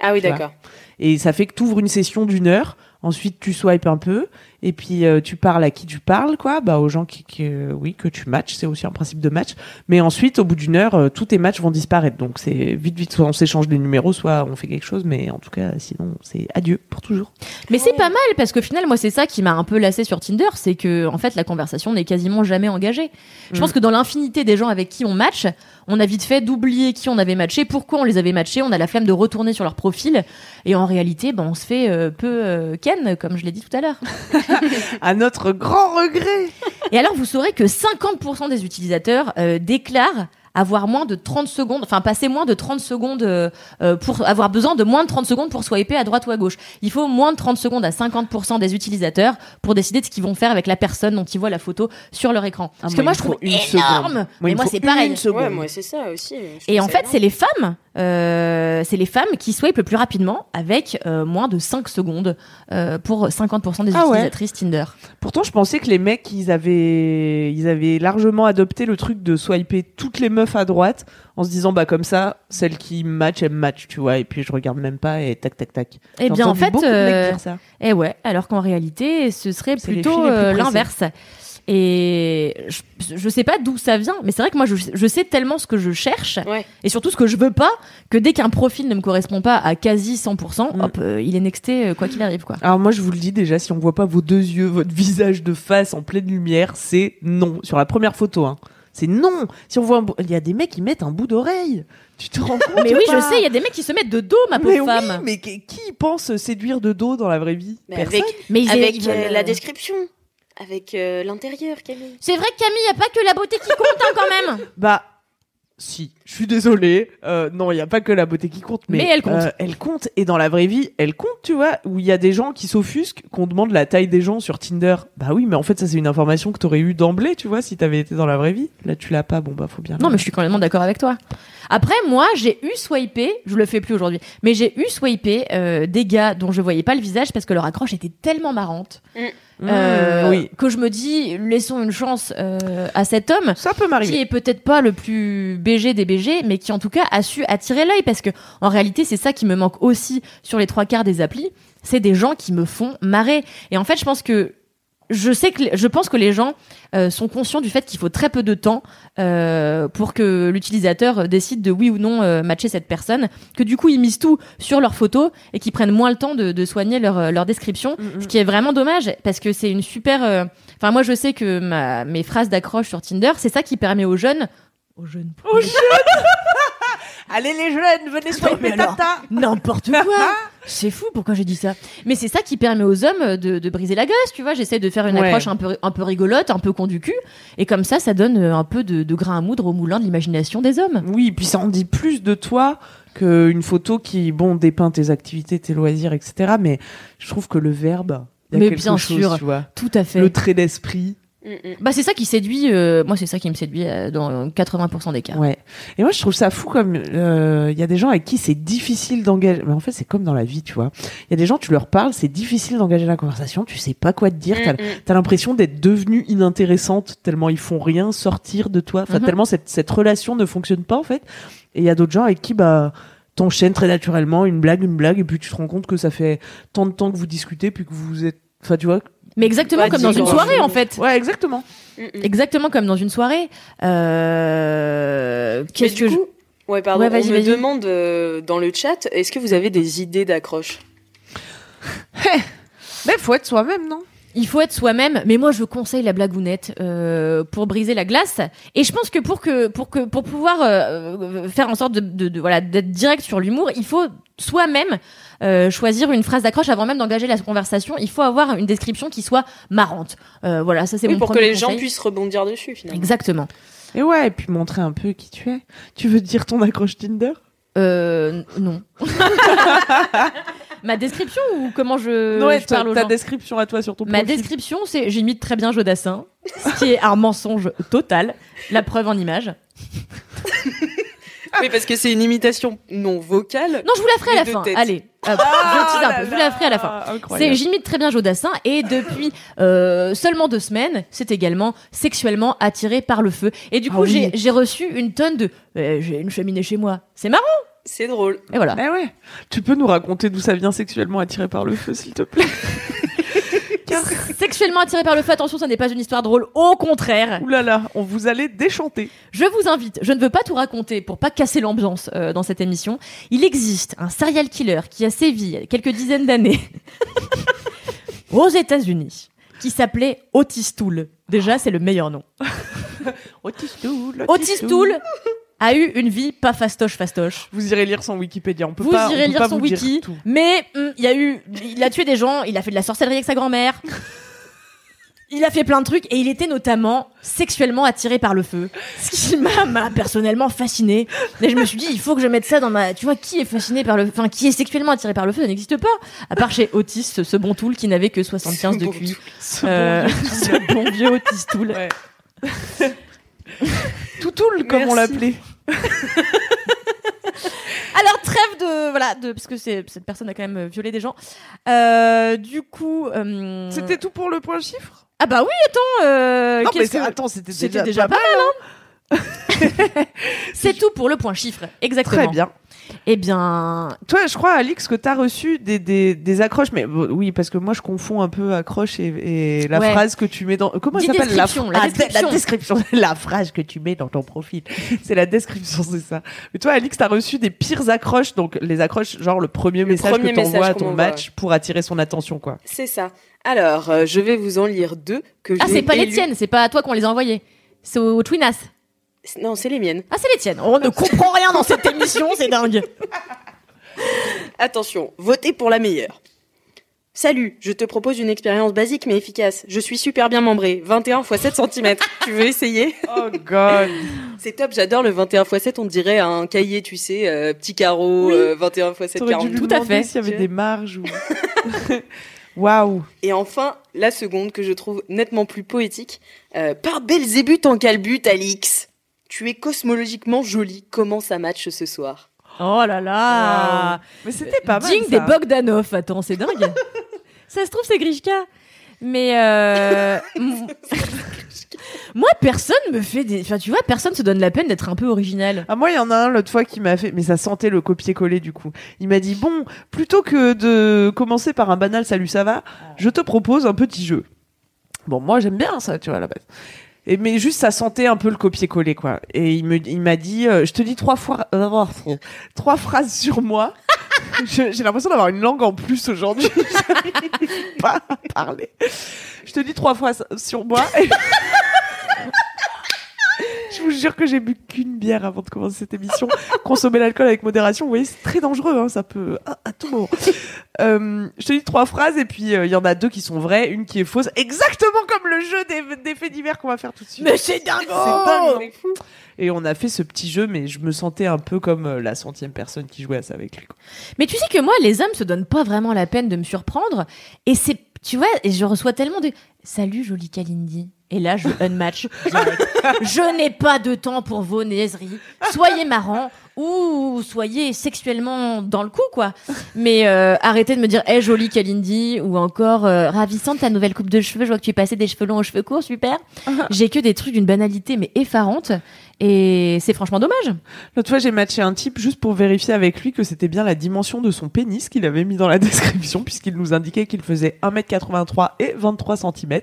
[SPEAKER 2] Ah oui,
[SPEAKER 5] Tu vois.
[SPEAKER 2] d'accord.
[SPEAKER 5] Et ça fait que t'ouvres une session d'une heure. Ensuite tu swipes un peu. Et puis euh, tu parles à qui tu parles, quoi. Bah aux gens qui, qui, euh, oui, que tu matches. C'est aussi un principe de match. Mais ensuite au bout d'une heure, euh, tous tes matchs vont disparaître. Donc c'est vite, vite. Soit on s'échange des numéros, soit on fait quelque chose. Mais en tout cas, sinon c'est adieu pour toujours.
[SPEAKER 7] Mais c'est pas mal parce qu'au final moi c'est ça qui m'a un peu lassé sur Tinder, c'est que en fait la conversation n'est quasiment jamais engagée. Je
[SPEAKER 5] Mm.
[SPEAKER 7] pense que dans l'infinité des gens avec qui on match, on a vite fait d'oublier qui on avait matché, pourquoi on les avait matchés, on a la flemme de retourner sur leur profil et en réalité ben on se fait euh, peu euh, ken comme je l'ai dit tout à l'heure.
[SPEAKER 5] À notre grand regret.
[SPEAKER 7] Et alors, vous saurez que 50% des utilisateurs euh, déclarent avoir moins de 30 secondes, enfin passer moins de 30 secondes euh, euh, pour avoir besoin de moins de 30 secondes pour swiper à droite ou à gauche. Il faut moins de 30 secondes à 50% des utilisateurs pour décider de ce qu'ils vont faire avec la personne dont ils voient la photo sur leur écran. Parce que
[SPEAKER 5] Ah, moi,
[SPEAKER 7] moi,
[SPEAKER 5] il
[SPEAKER 7] je
[SPEAKER 5] me faut
[SPEAKER 7] trouve
[SPEAKER 5] une
[SPEAKER 7] énorme.
[SPEAKER 5] seconde.
[SPEAKER 7] Mais
[SPEAKER 5] il me
[SPEAKER 7] moi,
[SPEAKER 5] faut
[SPEAKER 7] c'est pareil.
[SPEAKER 5] Une seconde.
[SPEAKER 2] Ouais, moi c'est ça aussi. je trouve
[SPEAKER 7] Et en
[SPEAKER 2] ça
[SPEAKER 7] fait,
[SPEAKER 2] énorme.
[SPEAKER 7] c'est les femmes, euh, c'est les femmes qui swipent le plus rapidement avec euh, moins de 5 secondes euh, pour 50% des
[SPEAKER 5] Ah ouais.
[SPEAKER 7] utilisatrices Tinder.
[SPEAKER 5] Pourtant, je pensais que les mecs, ils avaient, ils avaient largement adopté le truc de swiper toutes les meufs à droite en se disant, bah, comme ça, celle qui match, elle match, tu vois, et puis je regarde même pas et tac, tac, tac.
[SPEAKER 7] Eh
[SPEAKER 5] J'ai
[SPEAKER 7] bien, en
[SPEAKER 5] entendu
[SPEAKER 7] fait,
[SPEAKER 5] beaucoup de mecs
[SPEAKER 7] euh,
[SPEAKER 5] dire ça.
[SPEAKER 7] Eh ouais, alors qu'en réalité, ce serait
[SPEAKER 5] C'est les
[SPEAKER 7] plutôt
[SPEAKER 5] filles les plus
[SPEAKER 7] euh,
[SPEAKER 5] pressées.
[SPEAKER 7] l'inverse. Et je, je sais pas d'où ça vient, mais c'est vrai que moi, je, je sais tellement ce que je cherche
[SPEAKER 2] Ouais.
[SPEAKER 7] et surtout ce que je veux pas que dès qu'un profil ne me correspond pas à quasi 100%,
[SPEAKER 5] Mm.
[SPEAKER 7] hop, euh, il est nexté euh, quoi qu'il arrive, quoi.
[SPEAKER 5] Alors moi je vous le dis déjà, si on voit pas vos deux yeux, votre visage de face en pleine lumière, c'est non. Sur la première photo, hein. c'est non. Si on voit, un bou- il y a des mecs qui mettent un bout d'oreille. Ah, Tu te rends compte
[SPEAKER 7] Mais
[SPEAKER 5] ou
[SPEAKER 7] oui,
[SPEAKER 5] pas
[SPEAKER 7] je sais, il y a des mecs qui se mettent de dos, ma pauvre
[SPEAKER 5] Mais oui,
[SPEAKER 7] femme.
[SPEAKER 5] mais qui qui pense séduire de dos dans la vraie vie
[SPEAKER 2] Mais
[SPEAKER 5] Personne.
[SPEAKER 2] avec,
[SPEAKER 7] mais ils-
[SPEAKER 2] avec
[SPEAKER 7] ils
[SPEAKER 2] euh,
[SPEAKER 7] veulent-
[SPEAKER 2] la description, avec euh, l'intérieur, Camille.
[SPEAKER 7] C'est vrai que Camille, y a pas que la beauté qui compte hein, quand même.
[SPEAKER 5] Bah si, je suis désolée. Euh, non, il n'y a pas que la beauté qui compte, mais,
[SPEAKER 7] Mais elle compte.
[SPEAKER 5] euh, elle compte. Et dans la vraie vie, elle compte, tu vois. Où il y a des gens qui s'offusquent, qu'on demande la taille des gens sur Tinder. Bah oui, mais en fait, ça c'est une information que t'aurais eu d'emblée, tu vois, si t'avais été dans la vraie vie. Là, tu l'as pas. Bon bah faut bien.
[SPEAKER 7] Non, mais je suis complètement d'accord avec toi. Après, moi, j'ai eu swipé, je le fais plus aujourd'hui, mais j'ai eu swipé euh, des gars dont je voyais pas le visage parce que leur accroche était tellement marrante
[SPEAKER 5] Mmh,
[SPEAKER 7] euh,
[SPEAKER 5] oui.
[SPEAKER 7] que je me dis, laissons une chance euh, à cet homme
[SPEAKER 5] Ça peut
[SPEAKER 7] qui
[SPEAKER 5] m'arriver.
[SPEAKER 7] est peut-être pas le plus BG des BG, mais qui en tout cas a su attirer l'œil parce que en réalité c'est ça qui me manque aussi sur les trois quarts des applis, c'est des gens qui me font marrer. Et en fait je pense que je sais que je pense que les gens euh, sont conscients du fait qu'il faut très peu de temps euh, pour que l'utilisateur décide de oui ou non euh, matcher cette personne, que du coup ils misent tout sur leurs photos et qu'ils prennent moins le temps de, de soigner leur, euh, leur description ce qui est vraiment dommage parce que c'est une super. euh, Enfin, moi, je sais que ma... mes phrases d'accroche sur Tinder, c'est ça qui permet aux jeunes. Aux jeunes. Aux jeunes
[SPEAKER 5] Allez les jeunes, venez
[SPEAKER 7] mais
[SPEAKER 5] swiper
[SPEAKER 7] alors-
[SPEAKER 5] tata.
[SPEAKER 7] N'importe quoi C'est fou, pourquoi j'ai dit ça Mais c'est ça qui permet aux hommes euh, de, de briser la gosse, tu vois. J'essaie de faire une
[SPEAKER 5] Ouais.
[SPEAKER 7] accroche un peu, un peu rigolote, un peu con du cul. Et comme ça, ça donne euh, un peu de, de grain à moudre au moulin de l'imagination des hommes.
[SPEAKER 5] Oui, puis ça en dit plus de toi qu'une photo qui, bon, dépeint tes activités, tes loisirs, etc. Mais je trouve que le verbe, il y a
[SPEAKER 7] Mais
[SPEAKER 5] quelque
[SPEAKER 7] bien
[SPEAKER 5] chose,
[SPEAKER 7] sûr.
[SPEAKER 5] tu vois.
[SPEAKER 7] Tout à fait.
[SPEAKER 5] Le trait d'esprit.
[SPEAKER 2] Mm, mm.
[SPEAKER 7] Bah, c'est ça qui séduit. euh, Moi, c'est ça qui me séduit euh, dans 80% des cas.
[SPEAKER 5] Ouais. Et moi, je trouve ça fou comme euh, il y a des gens avec qui c'est difficile d'engager. Mais en fait, c'est comme dans la vie, tu vois. Il y a des gens, tu leur parles, c'est difficile d'engager la conversation. Tu sais pas quoi te dire. t'as-
[SPEAKER 2] Mm, mm.
[SPEAKER 5] T'as l'impression d'être devenue inintéressante tellement ils font rien sortir de toi. Enfin,
[SPEAKER 7] Mhm.
[SPEAKER 5] tellement cette, cette relation ne fonctionne pas, en fait. Et il y a d'autres gens avec qui, bah, t'enchaînes très naturellement une blague, une blague, et puis tu te rends compte que ça fait tant de temps que vous discutez, puis que vous êtes, enfin, tu vois.
[SPEAKER 7] Mais exactement
[SPEAKER 2] Bah,
[SPEAKER 7] comme dans
[SPEAKER 2] dis-
[SPEAKER 7] une
[SPEAKER 2] dans-
[SPEAKER 7] soirée, en fait.
[SPEAKER 5] Ouais, exactement.
[SPEAKER 2] Mm, mm.
[SPEAKER 7] Exactement comme dans une soirée. Euh,
[SPEAKER 2] Mais
[SPEAKER 7] Qu'est-ce
[SPEAKER 2] du
[SPEAKER 7] que je...
[SPEAKER 2] coup, ouais, pardon,
[SPEAKER 7] Ouais, vas-y,
[SPEAKER 2] on me
[SPEAKER 7] vas-y.
[SPEAKER 2] demande euh, dans le chat, est-ce que vous avez des idées d'accroche
[SPEAKER 5] Mais faut être soi-même, non?
[SPEAKER 7] Il faut être soi-même, mais moi je conseille la blagounette euh, pour briser la glace. Et je pense que pour que pour que pour pouvoir euh, faire en sorte de, de- de- voilà d'être direct sur l'humour, il faut soi-même euh, choisir une phrase d'accroche avant même d'engager la conversation. Il faut avoir une description qui soit marrante. Euh, voilà, ça c'est
[SPEAKER 2] Oui,
[SPEAKER 7] mon
[SPEAKER 2] pour que
[SPEAKER 7] premier
[SPEAKER 2] les gens
[SPEAKER 7] conseil.
[SPEAKER 2] puissent rebondir dessus finalement.
[SPEAKER 7] Exactement.
[SPEAKER 5] Et ouais, et puis montrer un peu qui tu es. Tu veux dire ton accroche Tinder?
[SPEAKER 7] Euh, non. Ma description ou comment je,
[SPEAKER 5] ouais,
[SPEAKER 7] Euh, je
[SPEAKER 5] ta,
[SPEAKER 7] parle aux
[SPEAKER 5] ta
[SPEAKER 7] gens
[SPEAKER 5] description à toi sur ton
[SPEAKER 7] Ma
[SPEAKER 5] profil.
[SPEAKER 7] description, c'est j'imite très bien Jodassin, ce qui est un mensonge total, la preuve en image.
[SPEAKER 2] Oui, parce que c'est une imitation non vocale.
[SPEAKER 7] Non, je vous la ferai à la
[SPEAKER 2] Les deux
[SPEAKER 7] fin.
[SPEAKER 2] têtes.
[SPEAKER 7] Allez,
[SPEAKER 5] Ah,
[SPEAKER 7] hop, je tease un peu, je vous la ferai à la fin. C'est
[SPEAKER 5] Oh Incroyable.
[SPEAKER 7] j'imite très bien Jodassin et depuis euh, seulement deux semaines, c'est également sexuellement attiré par le feu. Et du
[SPEAKER 5] Ah
[SPEAKER 7] coup,
[SPEAKER 5] oui.
[SPEAKER 7] j'ai- j'ai reçu une tonne de euh, j'ai une cheminée chez moi. C'est marrant.
[SPEAKER 2] C'est drôle.
[SPEAKER 7] Et voilà.
[SPEAKER 5] Eh ouais. Tu peux nous raconter d'où ça vient sexuellement attiré par le feu, s'il te plaît?
[SPEAKER 7] Sexuellement attiré par le feu, attention, ça n'est pas une histoire drôle. Au contraire,
[SPEAKER 5] Ouh là là, on vous allez déchanter.
[SPEAKER 7] Je vous invite, je ne veux pas tout raconter pour pas casser l'ambiance euh, dans cette émission. Il existe un serial killer qui a sévi il y a quelques dizaines d'années aux États-Unis qui s'appelait Otis Toole. Déjà, c'est le meilleur nom.
[SPEAKER 5] Otis Tool.
[SPEAKER 7] Otis Toole a eu une vie pas fastoche fastoche.
[SPEAKER 5] Vous irez lire son Wikipédia. On peut
[SPEAKER 7] Vous
[SPEAKER 5] pas. on
[SPEAKER 7] irez
[SPEAKER 5] peut
[SPEAKER 7] lire
[SPEAKER 5] pas
[SPEAKER 7] son
[SPEAKER 5] vous dire
[SPEAKER 7] wiki,
[SPEAKER 5] tout.
[SPEAKER 7] mais hum, il y a eu il a tué des gens, il a fait de la sorcellerie avec sa grand-mère. Il a fait plein de trucs et il était notamment sexuellement attiré par le feu. Ce qui m'a m'a personnellement fasciné. Mais je me suis dit, il faut que je mette ça dans ma. Tu vois, qui est fasciné par le. Enfin, qui est sexuellement attiré par le feu, ça n'existe pas. À part chez Otis, ce ce bon tool qui n'avait que 75 de
[SPEAKER 2] bon
[SPEAKER 7] QI. Euh, ce bon vieux Otis tool.
[SPEAKER 5] Toutoule, comme on
[SPEAKER 2] Merci.
[SPEAKER 5] l'appelait.
[SPEAKER 7] Alors trêve de voilà de parce que c'est cette personne a quand même euh, violé des gens. Euh, du coup, euh,
[SPEAKER 5] C'était tout pour le point chiffre
[SPEAKER 7] ah bah oui attends euh,
[SPEAKER 5] Non, mais
[SPEAKER 7] qu'est-ce
[SPEAKER 5] c'est-
[SPEAKER 7] que-
[SPEAKER 5] attends, c'était
[SPEAKER 7] c'était
[SPEAKER 5] déjà,
[SPEAKER 7] déjà hein.
[SPEAKER 5] pas mal.
[SPEAKER 7] c'est tout pour le point chiffre exactement.
[SPEAKER 5] Très bien.
[SPEAKER 7] Eh bien
[SPEAKER 5] Toi, je crois, Alix, que t'as reçu des, des, des accroches, mais bon, oui, parce que moi, je confonds un peu accroche et, et la
[SPEAKER 7] Ouais.
[SPEAKER 5] phrase que tu mets dans. Comment
[SPEAKER 7] Dis
[SPEAKER 5] elle s'appelle
[SPEAKER 7] description, la
[SPEAKER 5] Ah,
[SPEAKER 7] description.
[SPEAKER 5] la description, la phrase que tu mets dans ton profil. c'est la description, c'est ça. Mais toi, Alix, t'as reçu des pires accroches, donc les accroches, genre le premier message
[SPEAKER 2] premier
[SPEAKER 5] que t'envoies
[SPEAKER 2] message
[SPEAKER 5] à
[SPEAKER 2] qu'on
[SPEAKER 5] ton
[SPEAKER 2] m'envoie,
[SPEAKER 5] match pour attirer son attention, quoi.
[SPEAKER 2] C'est ça. Alors, euh, je vais vous en lire deux que
[SPEAKER 7] ah
[SPEAKER 2] j'ai
[SPEAKER 7] c'est pas les
[SPEAKER 2] élus.
[SPEAKER 7] tiennes c'est pas à toi qu'on les a envoyés c'est au, au Twinas
[SPEAKER 2] C'est- Non, c'est les miennes.
[SPEAKER 7] ah c'est les tiennes
[SPEAKER 5] Oh,
[SPEAKER 7] on ne comprend rien dans cette émission c'est dingue
[SPEAKER 2] Attention, votez pour la meilleure. Salut, je te propose une expérience basique mais efficace. Je suis super bien membré, 21 x 7 cm. tu veux essayer
[SPEAKER 5] Oh god.
[SPEAKER 2] C'est top, j'adore le 21 x 7, on dirait un cahier, tu sais, euh, petit carreau,
[SPEAKER 5] Oui.
[SPEAKER 2] euh, 21 x 7,
[SPEAKER 5] T'aurais dû
[SPEAKER 2] 40.
[SPEAKER 5] lui
[SPEAKER 7] Tout à
[SPEAKER 5] demander
[SPEAKER 7] fait.
[SPEAKER 5] S'il y avait des marges ou. Waouh.
[SPEAKER 2] Et enfin, la seconde que je trouve nettement plus poétique. Euh, par Belzébuth en calbut, Alix. Tu es cosmologiquement jolie. Comment ça match ce soir
[SPEAKER 7] oh là là
[SPEAKER 5] Ah. Mais c'était pas mal.
[SPEAKER 7] digne
[SPEAKER 5] ça.
[SPEAKER 7] Euh, des Bogdanov attends c'est dingue ça se trouve c'est Grishka mais euh, m- moi personne me fait des enfin tu vois personne se donne la peine d'être un peu original
[SPEAKER 5] Ah moi il y en a un l'autre fois qui m'a fait mais ça sentait le copier-coller du coup. Il m'a dit bon plutôt que de commencer par un banal salut ça va, je te propose un petit jeu. Bon moi j'aime bien ça tu vois à la base. Et mais juste ça sentait un peu le copier-coller quoi. Et il me il m'a dit euh, je te dis trois fois euh, trois phrases sur moi. Je- J'ai l'impression d'avoir une langue en plus aujourd'hui. J'arrive pas à parler. Je te dis trois fois ça- sur moi. Et- Je vous jure que j'ai bu qu'une bière avant de commencer cette émission. Consommer l'alcool avec modération, vous voyez, c'est très dangereux, hein, ça peut à, à tout moment. Euh, je te dis trois phrases et puis euh, il y en a deux qui sont vraies, une qui est fausse, exactement comme le jeu des, des faits divers qu'on va faire tout de suite.
[SPEAKER 7] Mais c'est
[SPEAKER 5] Oh
[SPEAKER 7] dingue
[SPEAKER 5] C'est dingue. Et on a fait ce petit jeu, mais je me sentais un peu comme euh, la centième personne qui jouait à ça avec lui. quoi.
[SPEAKER 7] Mais tu sais que moi, les hommes se donnent pas vraiment la peine de me surprendre. Et c'est, tu vois, et je reçois tellement de Salut, jolie Kalindi. Et là, je unmatch. direct. je n'ai pas de temps pour vos niaiseries. Soyez marrants ou soyez sexuellement dans le coup, quoi. Mais euh, arrêtez de me dire Hey, jolie Kalindi ou encore euh, Ravissante ta nouvelle coupe de cheveux. Je vois que tu es passé des cheveux longs aux cheveux courts, super. J'ai que des trucs d'une banalité mais effarante. Et c'est franchement dommage.
[SPEAKER 5] L'autre fois, j'ai matché un type juste pour vérifier avec lui que c'était bien la dimension de son pénis qu'il avait mis dans la description, puisqu'il nous indiquait qu'il faisait 1m83 et 23 cm.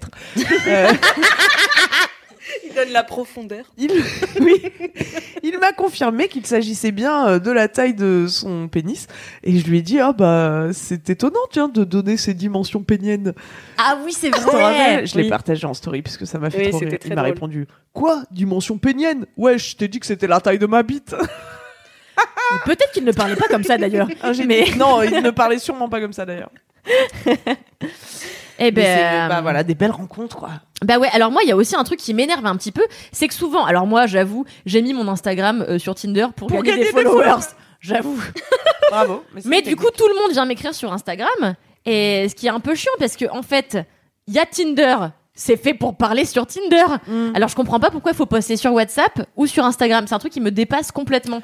[SPEAKER 2] Il donne la profondeur.
[SPEAKER 5] Il, oui, il m'a confirmé qu'il s'agissait bien euh, de la taille de son pénis et je lui ai dit ah bah c'est étonnant tiens de donner ces dimensions péniennes.
[SPEAKER 7] Ah oui, c'est
[SPEAKER 5] Je te rappelle, je l'ai
[SPEAKER 7] Oui.
[SPEAKER 5] partagé en story parce que ça m'a fait
[SPEAKER 2] Oui,
[SPEAKER 5] trop
[SPEAKER 2] c'était
[SPEAKER 5] rire.
[SPEAKER 2] très
[SPEAKER 5] Il m'a
[SPEAKER 2] drôle.
[SPEAKER 5] répondu quoi dimension pénienne ouais je t'ai dit que c'était la taille de ma bite.
[SPEAKER 7] Mais Peut-être qu'il ne parlait pas comme ça d'ailleurs.
[SPEAKER 5] Ah, j'ai
[SPEAKER 7] Mais
[SPEAKER 5] dit, non il ne parlait sûrement pas comme ça d'ailleurs.
[SPEAKER 7] eh
[SPEAKER 5] Mais c'est,
[SPEAKER 7] ben,
[SPEAKER 5] bah voilà des belles rencontres quoi.
[SPEAKER 7] bah ouais. Alors moi, il y a aussi un truc qui m'énerve un petit peu, c'est que souvent, alors moi, j'avoue, j'ai mis mon Instagram euh, sur Tinder pour,
[SPEAKER 5] Pour
[SPEAKER 7] gagner, des followers. J'avoue.
[SPEAKER 5] Bravo. c'est
[SPEAKER 7] Mais
[SPEAKER 5] une
[SPEAKER 7] du coup, tout le monde vient m'écrire sur Instagram, et ce qui est un peu chiant parce que en fait, il y a Tinder. C'est fait pour parler sur Tinder.
[SPEAKER 5] Mm.
[SPEAKER 7] Alors je comprends pas pourquoi il faut poster sur WhatsApp ou sur Instagram. C'est un truc qui me dépasse complètement.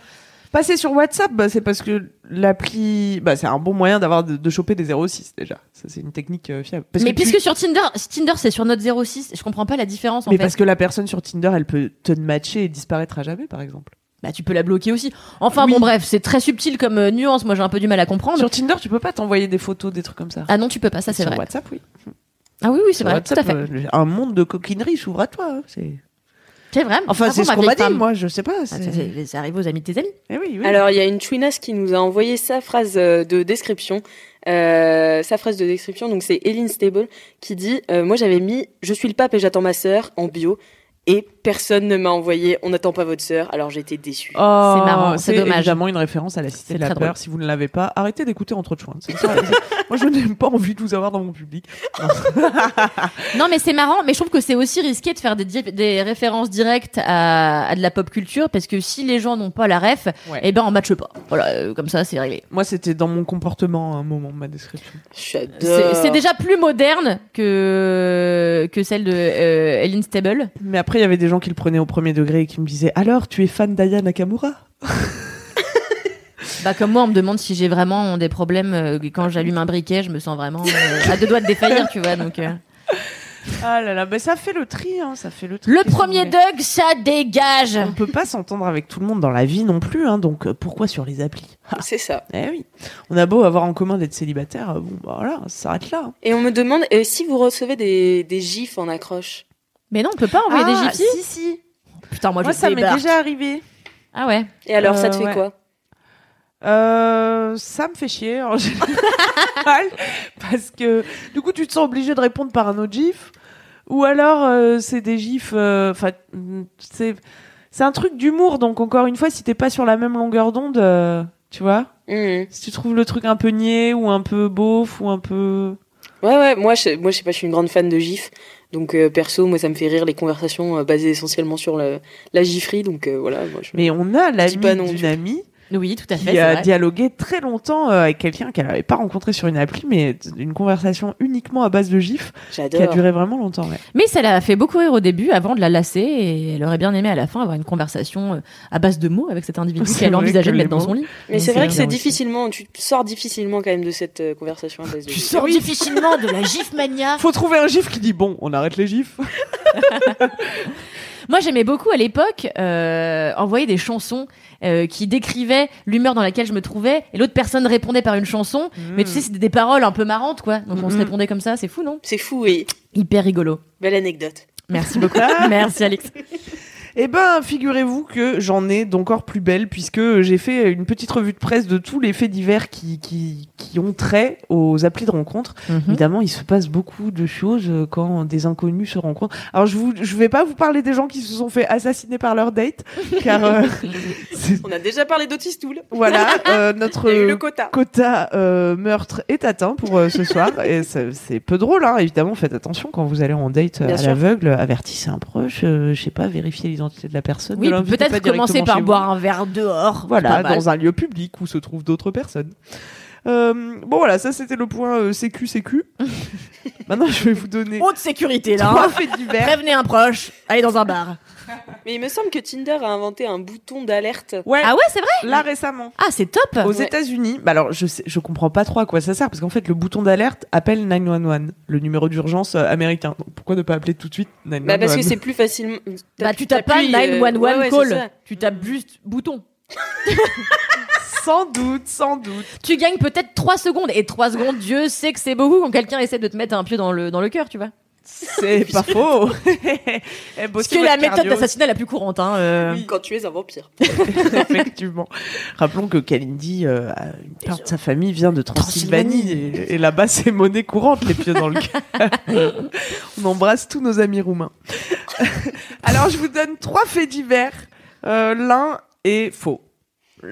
[SPEAKER 5] Passer sur WhatsApp, bah, c'est parce que l'appli, bah, c'est un bon moyen d'avoir de, de choper des 06 déjà. Ça, c'est une technique euh, fiable. Parce
[SPEAKER 7] Mais
[SPEAKER 5] que tu-
[SPEAKER 7] puisque sur Tinder, Tinder c'est sur notre 06, je comprends pas la différence en
[SPEAKER 5] Mais
[SPEAKER 7] fait.
[SPEAKER 5] parce que la personne sur Tinder, elle peut te matcher et disparaître à jamais, par exemple.
[SPEAKER 7] Bah tu peux la bloquer aussi. Enfin
[SPEAKER 5] Oui.
[SPEAKER 7] bon bref, c'est très subtil comme euh, nuance, moi j'ai un peu du mal à comprendre.
[SPEAKER 5] Sur Tinder, tu peux pas t'envoyer des photos, des trucs comme ça.
[SPEAKER 7] Ah non, tu peux pas, ça c'est
[SPEAKER 5] Sur
[SPEAKER 7] vrai.
[SPEAKER 5] WhatsApp, oui.
[SPEAKER 7] Ah oui oui, c'est
[SPEAKER 5] Sur
[SPEAKER 7] vrai,
[SPEAKER 5] WhatsApp,
[SPEAKER 7] tout à fait.
[SPEAKER 5] euh, un monde de coquinerie s'ouvre à toi. hein, c'est-
[SPEAKER 7] C'est vrai.
[SPEAKER 5] Enfin,
[SPEAKER 7] Bravo,
[SPEAKER 5] c'est ce
[SPEAKER 7] Ah, ma
[SPEAKER 5] qu'on m'a
[SPEAKER 7] vieille
[SPEAKER 5] dit,
[SPEAKER 7] femme.
[SPEAKER 5] moi, je sais pas.
[SPEAKER 7] Ah,
[SPEAKER 5] c'est-
[SPEAKER 7] ça, c'est- ça arrive aux amis de tes amis.
[SPEAKER 5] Eh oui, oui.
[SPEAKER 2] Alors, il y a une chouinasse qui nous a envoyé sa phrase euh, de description. Euh, sa phrase de description, donc c'est Eileen Stable qui dit euh, Moi j'avais mis Je suis le pape et j'attends ma sœur en bio. et personne ne m'a envoyé On n'attend pas votre sœur, alors j'étais déçue.
[SPEAKER 5] Oh,
[SPEAKER 7] C'est marrant, c'est dommage.
[SPEAKER 5] évidemment une référence à la Cité
[SPEAKER 7] C'est
[SPEAKER 5] de la
[SPEAKER 7] très
[SPEAKER 5] Peur.
[SPEAKER 7] drôle.
[SPEAKER 5] Si vous ne l'avez pas, arrêtez d'écouter entre autres C'est- c'est- Moi, je n'ai pas envie de vous avoir dans mon public.
[SPEAKER 7] Non, mais c'est marrant, mais je trouve que c'est aussi risqué de faire des, di- des références directes à, à de la pop culture parce que si les gens n'ont pas la ref,
[SPEAKER 5] Ouais.
[SPEAKER 7] eh ben on matche pas. Voilà, euh, comme ça c'est réglé.
[SPEAKER 5] Moi, c'était dans mon comportement à un moment, ma description.
[SPEAKER 2] J'adore.
[SPEAKER 7] C'est c'est déjà plus moderne que que celle de euh, Ellen Stable.
[SPEAKER 5] Mais après, il y avait des gens qui le prenaient au premier degré et qui me disaient Alors, tu es fan d'Aya Nakamura
[SPEAKER 7] Bah comme moi, on me demande si j'ai vraiment des problèmes euh, quand j'allume un briquet, je me sens vraiment euh, à deux doigts de défaillir, tu vois. Donc euh.
[SPEAKER 5] Ah là là, mais ça fait le tri, hein, ça fait le tri.
[SPEAKER 7] le
[SPEAKER 5] Qu'est-ce que vous
[SPEAKER 7] premier
[SPEAKER 5] voulez
[SPEAKER 7] Doug, ça dégage.
[SPEAKER 5] On peut pas s'entendre avec tout le monde dans la vie non plus, hein, donc euh, pourquoi sur les applis
[SPEAKER 2] C'est ça.
[SPEAKER 5] Eh oui, on a beau avoir en commun d'être célibataire, euh, bon bah voilà, ça s'arrête là. hein.
[SPEAKER 2] Et on me demande euh, si vous recevez des, des gifs en accroche.
[SPEAKER 7] Ah, Mais non, on peut pas envoyer des gifs
[SPEAKER 5] Ah, si si.
[SPEAKER 7] Putain, moi,
[SPEAKER 5] Moi
[SPEAKER 7] je
[SPEAKER 5] ça m'est
[SPEAKER 7] débarque.
[SPEAKER 5] déjà arrivé.
[SPEAKER 7] Ah ouais.
[SPEAKER 2] Et alors,
[SPEAKER 5] Euh,
[SPEAKER 2] ça te fait
[SPEAKER 5] ouais.
[SPEAKER 2] quoi
[SPEAKER 5] Euh, ça me fait chier en général parce que du coup tu te sens obligé de répondre par un autre gif ou alors euh, c'est des gifs euh, enfin mm, c'est c'est un truc d'humour donc encore une fois si t'es pas sur la même longueur d'onde euh, tu vois
[SPEAKER 2] Mhm.
[SPEAKER 5] si tu trouves le truc un peu niais ou un peu beauf ou un peu
[SPEAKER 2] Ouais, ouais, moi je, moi, je sais pas, je suis une grande fan de GIF. Donc, euh, perso, moi, ça me fait rire les conversations euh, basées essentiellement sur le- la gifferie. Donc, euh, voilà. Moi, je...
[SPEAKER 5] mais on a l'ami
[SPEAKER 2] dis pas non,
[SPEAKER 5] d'une
[SPEAKER 2] tu-
[SPEAKER 5] amie
[SPEAKER 7] Oui, tout à fait.
[SPEAKER 5] qui
[SPEAKER 7] c'est
[SPEAKER 5] a
[SPEAKER 7] vrai.
[SPEAKER 5] dialogué très longtemps euh, avec quelqu'un qu'elle n'avait pas rencontré sur une appli mais une conversation uniquement à base de gifs qui a
[SPEAKER 2] J'adore.
[SPEAKER 5] duré vraiment longtemps ouais.
[SPEAKER 7] Mais ça l'a fait beaucoup rire au début avant de la lasser et elle aurait bien aimé à la fin avoir une conversation euh, à base de mots avec cet individu
[SPEAKER 5] C'est
[SPEAKER 7] qu'elle
[SPEAKER 5] vrai
[SPEAKER 7] envisageait
[SPEAKER 5] que
[SPEAKER 7] de mettre
[SPEAKER 5] les
[SPEAKER 7] dans son lit. euh,
[SPEAKER 2] Mais c'est vrai que
[SPEAKER 5] bien
[SPEAKER 2] c'est
[SPEAKER 5] aussi.
[SPEAKER 2] difficilement, tu sors difficilement quand même de cette euh, conversation à base de
[SPEAKER 8] Tu
[SPEAKER 2] GIF.
[SPEAKER 8] sors difficilement de la
[SPEAKER 7] Ah.
[SPEAKER 8] gifmania.
[SPEAKER 5] Faut trouver un gif qui dit bon, on arrête les gifs.
[SPEAKER 7] Moi j'aimais beaucoup à l'époque euh, envoyer des chansons euh, qui décrivaient l'humeur dans laquelle je me trouvais et l'autre personne répondait par une chanson. Mais
[SPEAKER 5] Hmm.
[SPEAKER 7] tu sais, c'était des paroles un peu marrantes quoi. Donc on se
[SPEAKER 5] Mhm.
[SPEAKER 7] répondait comme ça, c'est fou non
[SPEAKER 2] C'est fou et
[SPEAKER 7] Hyper rigolo.
[SPEAKER 2] belle anecdote.
[SPEAKER 7] Merci beaucoup. Merci Alex.
[SPEAKER 5] Eh ben, figurez-vous que j'en ai d'encore plus belle puisque j'ai fait une petite revue de presse de tous les faits divers qui, qui, qui ont trait aux applis de rencontre.
[SPEAKER 7] Mhm.
[SPEAKER 5] Évidemment, il se passe beaucoup de choses euh, quand des inconnus se rencontrent. Alors, je vous, je vais pas vous parler des gens qui se sont fait assassiner par leur date, car euh, c'est-
[SPEAKER 2] On a déjà parlé d'Autistouls.
[SPEAKER 5] voilà euh, notre
[SPEAKER 2] Il y a eu le quota.
[SPEAKER 5] quota euh, meurtre est atteint pour euh, ce soir. Et ça- c'est peu drôle, hein. évidemment. Faites attention quand vous allez en date euh,
[SPEAKER 2] Bien
[SPEAKER 5] à
[SPEAKER 2] sûr.
[SPEAKER 5] l'aveugle. Avertissez un proche. euh, je sais pas, vérifiez l'identité de la personne.
[SPEAKER 7] Oui,
[SPEAKER 5] ne l'invitez
[SPEAKER 7] peut-être
[SPEAKER 5] pas
[SPEAKER 7] commencer
[SPEAKER 5] directement
[SPEAKER 7] par
[SPEAKER 5] chez vous.
[SPEAKER 7] boire un verre dehors.
[SPEAKER 5] Voilà,
[SPEAKER 7] Pas mal.
[SPEAKER 5] dans un lieu public où se trouvent d'autres personnes. Euh, bon, voilà, ça c'était le point euh, sécu sécu. Maintenant, je vais vous donner
[SPEAKER 8] Haute sécurité là.
[SPEAKER 5] trois
[SPEAKER 7] hein.
[SPEAKER 5] faits divers.
[SPEAKER 8] Prévenez un proche. Allez dans un bar.
[SPEAKER 2] Mais il me semble que Tinder a inventé un bouton d'alerte.
[SPEAKER 5] Ouais,
[SPEAKER 7] Ah ouais, c'est vrai
[SPEAKER 5] là récemment.
[SPEAKER 7] Ah, c'est top
[SPEAKER 5] Aux
[SPEAKER 2] Ouais.
[SPEAKER 5] États-Unis, bah alors je sais, je comprends pas trop à quoi ça sert parce qu'en fait le bouton d'alerte appelle 911, le numéro d'urgence euh, américain. Donc, pourquoi ne pas appeler tout de suite 911
[SPEAKER 2] Bah parce que c'est plus facilement.
[SPEAKER 8] Bah, tu tapes pas
[SPEAKER 2] t'appuies, euh,
[SPEAKER 8] 911
[SPEAKER 2] ouais, ouais, c'est
[SPEAKER 8] call.
[SPEAKER 2] ça.
[SPEAKER 8] Tu tapes juste bouton.
[SPEAKER 5] sans doute, sans doute.
[SPEAKER 7] tu gagnes peut-être 3 secondes. Et 3 secondes, Dieu sait que c'est beaucoup quand quelqu'un essaie de te mettre un pied dans le, dans le cœur, tu vois.
[SPEAKER 5] C'est pas faux. Eh,
[SPEAKER 7] Ce qui est la méthode d'assassinat la plus courante. Hein, euh.
[SPEAKER 2] Quand tu es un vampire.
[SPEAKER 5] Effectivement. Rappelons que Kalindi, euh, a une part de sa famille vient de Transylvanie et, et là-bas c'est monnaie courante les pieds dans le cœur. On embrasse tous nos amis roumains. Alors je vous donne trois faits divers. Euh, L'un est faux.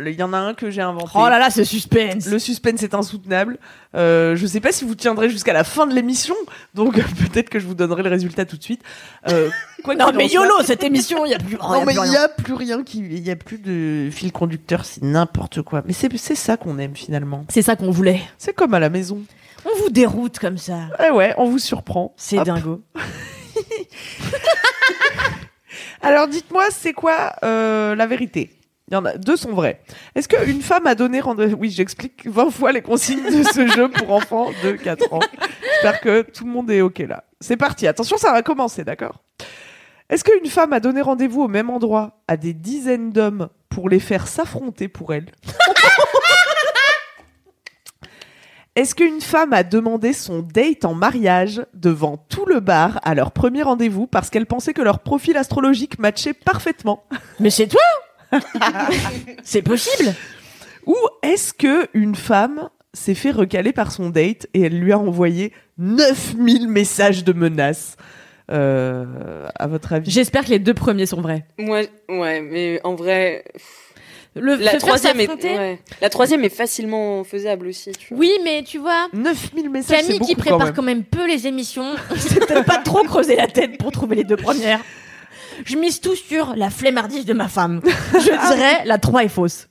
[SPEAKER 5] Il y en a un que j'ai inventé.
[SPEAKER 8] Oh là là, ce suspense.
[SPEAKER 5] Le suspense est insoutenable. Euh, je sais pas si vous tiendrez jusqu'à la fin de l'émission, donc peut-être que je vous donnerai le résultat tout de suite. Euh, quoi
[SPEAKER 8] Non
[SPEAKER 5] qu'il en
[SPEAKER 8] mais
[SPEAKER 5] soit-
[SPEAKER 8] YOLO, cette émission, il y a plus. oh, y
[SPEAKER 5] non,
[SPEAKER 8] a
[SPEAKER 5] mais
[SPEAKER 8] plus
[SPEAKER 5] il
[SPEAKER 8] rien.
[SPEAKER 5] n'y a plus rien qui. Il n'y a plus de fil conducteur, c'est n'importe quoi. Mais c'est c'est ça qu'on aime finalement.
[SPEAKER 8] C'est ça qu'on voulait.
[SPEAKER 5] C'est comme à la maison.
[SPEAKER 8] On vous déroute comme ça.
[SPEAKER 5] Eh ouais, on vous surprend.
[SPEAKER 8] C'est
[SPEAKER 5] Hop.
[SPEAKER 8] dingo.
[SPEAKER 5] Alors dites-moi, c'est quoi euh, la vérité il y en a deux sont vrais. Est-ce qu'une femme a donné rendez Oui, j'explique 20 fois les consignes de ce jeu pour enfants de 4 ans. J'espère que tout le monde est OK là. C'est parti. Attention, ça va commencer, d'accord Est-ce qu'une femme a donné rendez-vous au même endroit à des dizaines d'hommes pour les faire s'affronter pour elle Est-ce qu'une femme a demandé son date en mariage devant tout le bar à leur premier rendez-vous parce qu'elle pensait que leur profil astrologique matchait parfaitement
[SPEAKER 8] Mais c'est toi C'est possible
[SPEAKER 5] Ou est-ce que une femme s'est fait recaler par son date et elle lui a envoyé 9000 messages de menaces euh, à votre avis
[SPEAKER 6] J'espère que les deux premiers sont vrais.
[SPEAKER 2] Moi, ouais, mais en vrai,
[SPEAKER 6] Le, se
[SPEAKER 2] la
[SPEAKER 6] faire
[SPEAKER 2] troisième, est,
[SPEAKER 6] s'affronter-
[SPEAKER 2] ouais. la troisième est facilement faisable aussi. Tu vois.
[SPEAKER 6] Oui, mais tu vois,
[SPEAKER 5] 9000 messages, c'est
[SPEAKER 6] Camille
[SPEAKER 5] beaucoup
[SPEAKER 6] qui
[SPEAKER 5] quand
[SPEAKER 6] prépare
[SPEAKER 5] même.
[SPEAKER 6] quand même peu les émissions.
[SPEAKER 7] C'est peut-être pas trop creuser la tête pour trouver les deux premières. Je mise tout sur la flemmardise de ma femme. Ah Je dirais la 3 est fausse.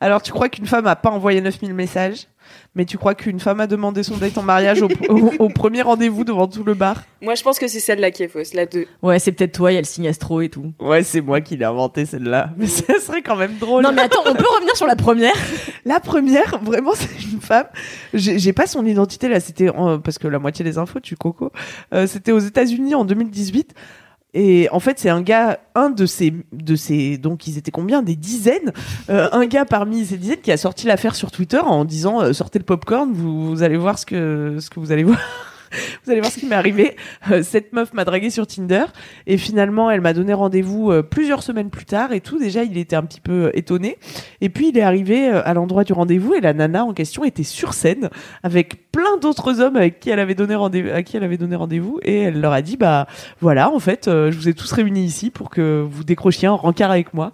[SPEAKER 5] Alors, tu crois qu'une femme a pas envoyé 9000 messages, mais tu crois qu'une femme a demandé son date en mariage au, au- au premier rendez-vous devant tout le bar
[SPEAKER 2] Moi, je pense que c'est celle-là qui est fausse, la 2.
[SPEAKER 7] Ouais, c'est peut-être toi, il y a le signe astro et tout.
[SPEAKER 5] Ouais, c'est moi qui l'ai inventé celle-là. Mais ça serait quand même drôle.
[SPEAKER 7] Non mais attends, on peut revenir sur la première
[SPEAKER 5] La première, vraiment, c'est une femme. J'ai j'ai pas son identité là, c'était en- parce que la moitié des infos, tu coco. Euh, c'était aux États-Unis en 2018. Et en fait, c'est un gars, un de ces, de ces, donc ils étaient combien, des dizaines, Euh, un gars parmi ces dizaines qui a sorti l'affaire sur Twitter en disant euh, sortez le popcorn, vous, vous allez voir ce que, ce que vous allez voir. Vous allez voir ce qui m'est arrivé. Euh, Cette meuf m'a dragué sur Tinder et finalement elle m'a donné rendez-vous euh, plusieurs semaines plus tard et tout. Déjà il était un petit peu euh, étonné et puis il est arrivé euh, à l'endroit du rendez-vous et la nana en question était sur scène avec plein d'autres hommes avec qui elle avait donné rendez à qui elle avait donné rendez-vous et elle leur a dit bah voilà en fait euh, je vous ai tous réunis ici pour que vous décrochiez un rencard avec moi.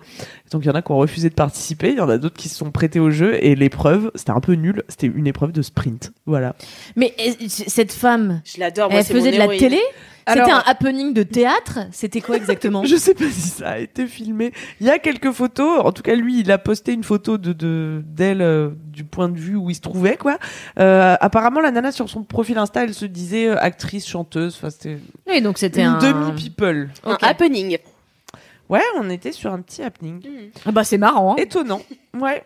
[SPEAKER 5] Donc il y en a qui ont refusé de participer, il y en a d'autres qui se sont prêtés au jeu et l'épreuve c'était un peu nul, c'était une épreuve de sprint. Voilà.
[SPEAKER 6] Mais est- cette femme,
[SPEAKER 2] Je l'adore. moi,
[SPEAKER 6] elle
[SPEAKER 2] c'est mon
[SPEAKER 6] faisait de la
[SPEAKER 2] héroïne.
[SPEAKER 6] télé C'était
[SPEAKER 5] Alors-
[SPEAKER 6] un happening de théâtre C'était quoi exactement
[SPEAKER 5] Je sais pas si ça a été filmé. Il y a quelques photos. En tout cas, lui, il a posté une photo de de- d'elle euh, du point de vue où il se trouvait, quoi. Euh, apparemment, la nana sur son profil Insta, elle se disait euh, actrice, chanteuse. Enfin, c'était
[SPEAKER 6] Oui, donc c'était
[SPEAKER 5] une
[SPEAKER 6] un...
[SPEAKER 5] demi people.
[SPEAKER 2] Un
[SPEAKER 6] Ok.
[SPEAKER 2] happening.
[SPEAKER 5] Ouais, on était sur un petit happening.
[SPEAKER 2] Hmm.
[SPEAKER 7] Ah bah c'est marrant. hein.
[SPEAKER 5] Étonnant. Ouais.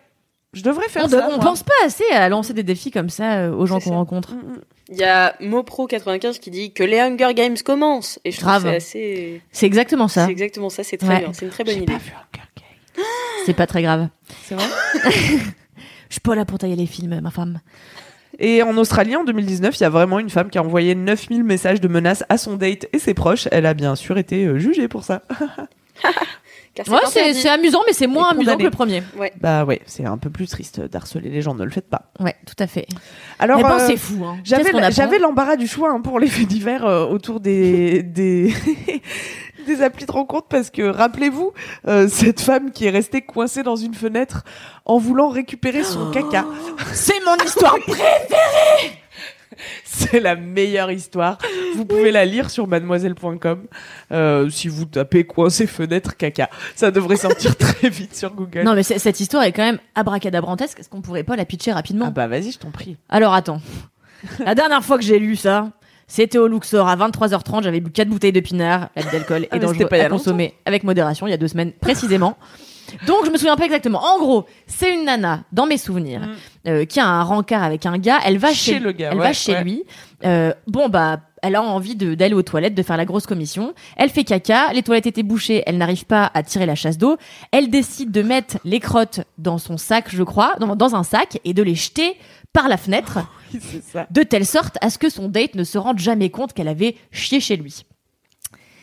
[SPEAKER 5] Je devrais faire
[SPEAKER 6] Oh. On,
[SPEAKER 5] ça.
[SPEAKER 6] on
[SPEAKER 5] moi.
[SPEAKER 6] pense pas assez à lancer des défis comme ça euh, aux gens
[SPEAKER 2] C'est
[SPEAKER 6] qu'on
[SPEAKER 2] ça.
[SPEAKER 6] rencontre.
[SPEAKER 5] Mm, mm.
[SPEAKER 2] Il y a Mopro95 qui dit que les Hunger Games commencent. Et je trouve
[SPEAKER 6] Grave.
[SPEAKER 2] que c'est assez.
[SPEAKER 6] C'est exactement ça.
[SPEAKER 2] C'est exactement ça, c'est très
[SPEAKER 6] Ouais.
[SPEAKER 2] bien. C'est une très bonne
[SPEAKER 5] J'ai
[SPEAKER 2] idée.
[SPEAKER 5] pas vu Hunger Games.
[SPEAKER 6] C'est pas très grave.
[SPEAKER 5] C'est vrai.
[SPEAKER 7] Je suis pas là pour tailler les films, ma femme.
[SPEAKER 5] Et en Australie, en 2019, il y a vraiment une femme qui a envoyé 9000 messages de menaces à son date et ses proches. Elle a bien sûr été euh, jugée pour ça.
[SPEAKER 2] Car c'est
[SPEAKER 6] Ouais, c'est
[SPEAKER 2] interdit.
[SPEAKER 6] c'est amusant, mais c'est moins
[SPEAKER 5] Et
[SPEAKER 6] amusant que
[SPEAKER 5] condamné.
[SPEAKER 6] le premier.
[SPEAKER 5] Bah ouais, c'est un peu plus triste d'harceler les gens, ne le faites pas.
[SPEAKER 6] Ouais, tout à fait.
[SPEAKER 5] Alors,
[SPEAKER 6] mais bon,
[SPEAKER 5] euh,
[SPEAKER 6] c'est fou. Hein.
[SPEAKER 5] j'avais
[SPEAKER 6] Qu'est-ce qu'on
[SPEAKER 5] la-
[SPEAKER 6] apprend
[SPEAKER 5] j'avais l'embarras du choix hein, pour les faits divers euh, autour des des, des applis de rencontre parce que rappelez-vous euh, cette femme qui est restée coincée dans une fenêtre en voulant récupérer
[SPEAKER 6] Oh.
[SPEAKER 5] son caca.
[SPEAKER 7] C'est mon histoire
[SPEAKER 5] C'est la meilleure histoire. Vous pouvez la lire sur mademoiselle.com euh, si vous tapez coincée fenêtre caca. Ça devrait sortir très vite sur Google.
[SPEAKER 6] Non, mais c'est- cette histoire est quand même abracadabrantesque. Est-ce qu'on pourrait pas la pitcher rapidement
[SPEAKER 5] Ah bah vas-y, je t'en prie.
[SPEAKER 6] Alors attends.
[SPEAKER 7] La dernière fois que j'ai lu ça, c'était au Luxor à 23h30. J'avais bu 4 bouteilles de pinard. L'abus d'alcool
[SPEAKER 5] Ah,
[SPEAKER 7] est
[SPEAKER 5] mais
[SPEAKER 7] dangereux
[SPEAKER 5] c'était pas il y a
[SPEAKER 7] à consommer avec modération il y a deux semaines précisément. Donc je me souviens pas exactement. En gros, c'est une nana dans mes souvenirs euh, qui a un rencard avec un gars. Elle va
[SPEAKER 5] Chez
[SPEAKER 7] chez,
[SPEAKER 5] le gars,
[SPEAKER 7] Elle
[SPEAKER 5] ouais,
[SPEAKER 6] ouais.
[SPEAKER 7] va chez lui. Euh, bon bah. Elle a envie de- d'aller aux toilettes, de faire la grosse commission. Elle fait caca, les toilettes étaient bouchées, elle n'arrive pas à tirer la chasse d'eau. Elle décide de mettre les crottes dans son sac, je crois, dans, dans un sac, et de les jeter par la fenêtre
[SPEAKER 5] Oui, c'est ça.
[SPEAKER 7] de telle sorte à ce que son date ne se rende jamais compte qu'elle avait chié chez lui.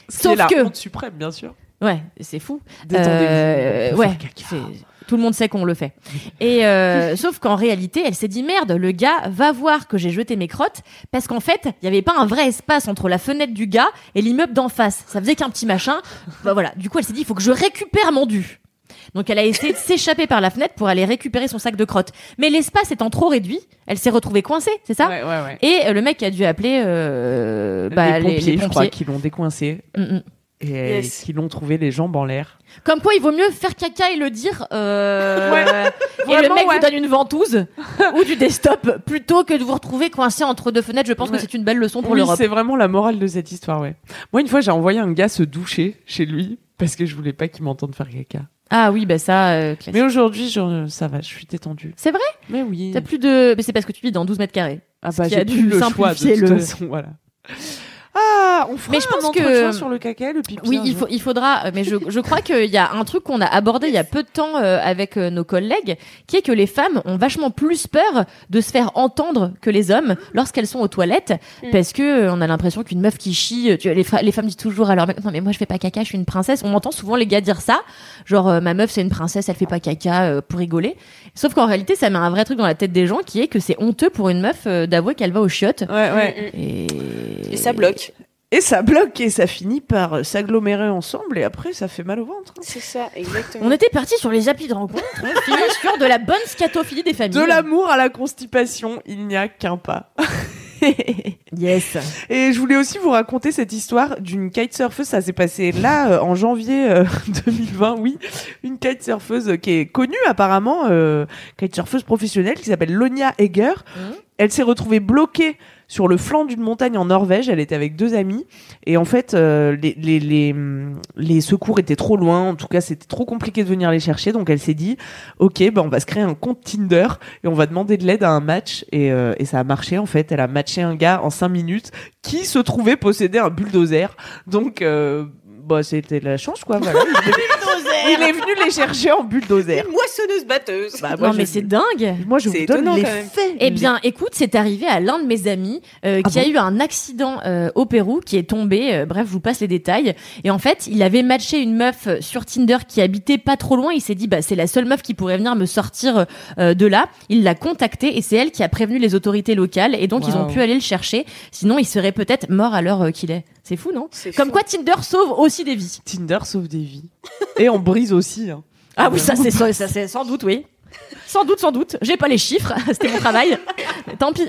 [SPEAKER 5] C'est
[SPEAKER 7] Sauf
[SPEAKER 5] la
[SPEAKER 7] que-
[SPEAKER 5] honte suprême, bien sûr.
[SPEAKER 7] Ouais, c'est fou.
[SPEAKER 5] Détendez-vous.
[SPEAKER 7] Euh,
[SPEAKER 5] on peut
[SPEAKER 7] ouais,
[SPEAKER 5] faire caca.
[SPEAKER 7] c'est- tout le monde sait qu'on le fait. Et euh, sauf qu'en réalité, elle s'est dit merde, le gars va voir que j'ai jeté mes crottes parce qu'en fait, il n'y avait pas un vrai espace entre la fenêtre du gars et l'immeuble d'en face. Ça faisait qu'un petit machin. Bah voilà. Du coup, elle s'est dit il faut que je récupère mon dû. Donc elle a essayé de s'échapper par la fenêtre pour aller récupérer son sac de crottes. Mais l'espace étant trop réduit, elle s'est retrouvée coincée, c'est ça
[SPEAKER 5] Ouais, ouais, ouais.
[SPEAKER 7] Et euh, le mec a dû appeler euh, bah,
[SPEAKER 5] les, pompiers,
[SPEAKER 7] les
[SPEAKER 5] je crois,
[SPEAKER 7] pompiers.
[SPEAKER 5] qui l'ont décoincé
[SPEAKER 7] Mm, mm.
[SPEAKER 5] et
[SPEAKER 2] Yes.
[SPEAKER 5] qui l'ont trouvé les jambes en l'air.
[SPEAKER 7] Comme quoi, il vaut mieux faire caca et le dire. euh, et le
[SPEAKER 5] Vraiment,
[SPEAKER 7] mec
[SPEAKER 5] ouais.
[SPEAKER 7] vous donne une ventouse ou du desktop plutôt que de vous retrouver coincé entre deux fenêtres. Je pense
[SPEAKER 5] Ouais.
[SPEAKER 7] que c'est une belle leçon pour
[SPEAKER 5] oui,
[SPEAKER 7] l'Europe.
[SPEAKER 5] c'est vraiment la morale de cette histoire, ouais. Moi, une fois, j'ai envoyé un gars se doucher chez lui parce que je voulais pas qu'il m'entende faire caca.
[SPEAKER 7] Ah oui, bah ça. euh, classique.
[SPEAKER 5] Mais aujourd'hui, je- ça va, je suis détendue.
[SPEAKER 7] C'est vrai
[SPEAKER 5] Mais oui.
[SPEAKER 7] T'as plus de. Mais c'est parce que tu vis dans 12 mètres carrés.
[SPEAKER 5] Ah
[SPEAKER 7] ce
[SPEAKER 5] bah,
[SPEAKER 7] qui
[SPEAKER 5] j'ai
[SPEAKER 7] a
[SPEAKER 5] plus
[SPEAKER 7] dû
[SPEAKER 5] le choix de
[SPEAKER 7] simplifier
[SPEAKER 5] toute
[SPEAKER 7] le-
[SPEAKER 5] façon, voilà. Ah, on fera
[SPEAKER 7] Mais je
[SPEAKER 5] un
[SPEAKER 7] pense que-
[SPEAKER 5] entretien sur le caca, et le pipi.
[SPEAKER 7] Oui,
[SPEAKER 5] un
[SPEAKER 7] il,
[SPEAKER 5] jour.
[SPEAKER 7] faut, il faudra. euh, Mais je, je crois qu'il y a un truc qu'on a abordé il y a peu de temps euh, avec euh, nos collègues, qui est que les femmes ont vachement plus peur de se faire entendre que les hommes lorsqu'elles sont aux toilettes,
[SPEAKER 2] Mm.
[SPEAKER 7] parce que euh, on a l'impression qu'une meuf qui chie, euh, tu vois, les, fra- les femmes disent toujours alors non mais moi je fais pas caca, je suis une princesse. On entend souvent les gars dire ça, genre euh, ma meuf c'est une princesse, elle fait pas caca euh, pour rigoler. Sauf qu'en réalité ça met un vrai truc dans la tête des gens qui est que c'est honteux pour une meuf euh, d'avouer qu'elle va aux chiottes.
[SPEAKER 5] Ouais, ouais.
[SPEAKER 2] Mm, mm.
[SPEAKER 7] Et...
[SPEAKER 2] Et ça bloque.
[SPEAKER 5] Et ça bloque et ça finit par euh, s'agglomérer ensemble et après ça fait mal au ventre. hein.
[SPEAKER 2] C'est ça, exactement.
[SPEAKER 7] On était parti sur les applis de rencontre, on finit sur de la bonne scatophilie des familles.
[SPEAKER 5] De l'amour à la constipation, il n'y a qu'un pas.
[SPEAKER 7] Yes.
[SPEAKER 5] Et je voulais aussi vous raconter cette histoire d'une kitesurfeuse. Ça s'est passé là euh, en janvier euh, 2020, oui. Une kitesurfeuse qui est connue apparemment, euh, kitesurfeuse professionnelle qui s'appelle Lonia Egger. Elle s'est retrouvée bloquée sur le flanc d'une montagne en Norvège. Elle était avec deux amis. Et en fait, euh, les, les, les, hum, les secours étaient trop loin. En tout cas, c'était trop compliqué de venir les chercher. Donc elle s'est dit, ok, ben on va se créer un compte Tinder et on va demander de l'aide à un match. Et, euh, et ça a marché en fait. Elle a matché un gars en cinq minutes qui se trouvait posséder un bulldozer. Donc euh, bah, c'était de la chance quoi. Voilà. Il, est, il est venu les chercher en bulldozer.
[SPEAKER 2] Une moissonneuse batteuse.
[SPEAKER 5] Bah, moi,
[SPEAKER 7] Non mais
[SPEAKER 5] je-
[SPEAKER 7] c'est dingue.
[SPEAKER 5] moi je
[SPEAKER 2] C'est
[SPEAKER 5] vous donne
[SPEAKER 2] étonnant,
[SPEAKER 5] les
[SPEAKER 2] quand même.
[SPEAKER 5] faits.
[SPEAKER 7] Eh bien, écoute, c'est arrivé à l'un de mes amis euh,
[SPEAKER 5] Ah
[SPEAKER 7] qui a eu un accident euh, au Pérou, qui est tombé. euh, bref, je vous passe les détails. Et en fait, il avait matché une meuf euh, sur Tinder qui habitait pas trop loin. Il s'est dit, bah, c'est la seule meuf qui pourrait venir me sortir euh, de là. Il l'a contactée et c'est elle qui a prévenu les autorités locales. Et donc, ils ont
[SPEAKER 5] Wow.
[SPEAKER 7] pu aller le chercher. Sinon, il serait peut-être mort à l'heure euh, qu'il est. C'est fou, non
[SPEAKER 2] C'est
[SPEAKER 7] Comme
[SPEAKER 2] fou.
[SPEAKER 7] quoi, Tinder sauve aussi des vies.
[SPEAKER 5] Tinder sauve des vies. et on brise aussi. hein.
[SPEAKER 7] Ah oui, ça c'est ça, ça, c'est sans doute, oui. Sans doute, sans doute. J'ai pas les chiffres. C'était mon travail. Mais Tant pis.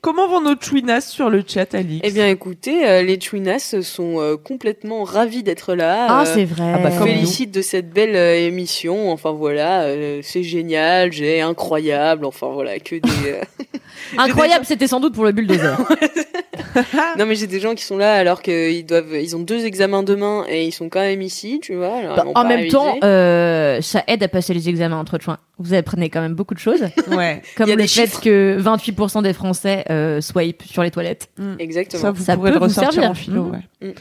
[SPEAKER 5] Comment vont nos chouinas sur le chat, Alix
[SPEAKER 2] Eh bien, écoutez, euh, les Chouinas sont euh, complètement ravis d'être là.
[SPEAKER 7] Ah,
[SPEAKER 2] euh,
[SPEAKER 7] c'est vrai.
[SPEAKER 5] ah bah, comme nous.
[SPEAKER 2] félicite de cette belle euh, émission. Enfin voilà, euh, c'est génial, j'ai incroyable. Enfin voilà, que des. euh,
[SPEAKER 7] Incroyable, c'était sans doute pour le bulldozer.
[SPEAKER 2] non mais j'ai des gens qui sont là alors qu'ils doivent, ils ont deux examens demain et ils sont quand même ici, tu vois. alors ils
[SPEAKER 7] Bah,
[SPEAKER 2] m'ont
[SPEAKER 7] en
[SPEAKER 2] pas
[SPEAKER 7] même
[SPEAKER 2] révisé.
[SPEAKER 7] temps, euh, ça aide à passer les examens entre chouins. Vous apprenez quand même beaucoup de choses,
[SPEAKER 5] Ouais.
[SPEAKER 7] comme
[SPEAKER 2] Il y a
[SPEAKER 7] le
[SPEAKER 2] des
[SPEAKER 7] fait
[SPEAKER 2] chiffres.
[SPEAKER 7] que 28% des Français euh, swipe sur les toilettes.
[SPEAKER 2] exactement.
[SPEAKER 5] Hmm. Ça, vous
[SPEAKER 7] Ça
[SPEAKER 5] pourrez
[SPEAKER 7] peut
[SPEAKER 5] le
[SPEAKER 7] vous
[SPEAKER 5] ressortir
[SPEAKER 7] servir.
[SPEAKER 5] en philo,
[SPEAKER 7] Mhm.
[SPEAKER 5] ouais.
[SPEAKER 2] Mhm.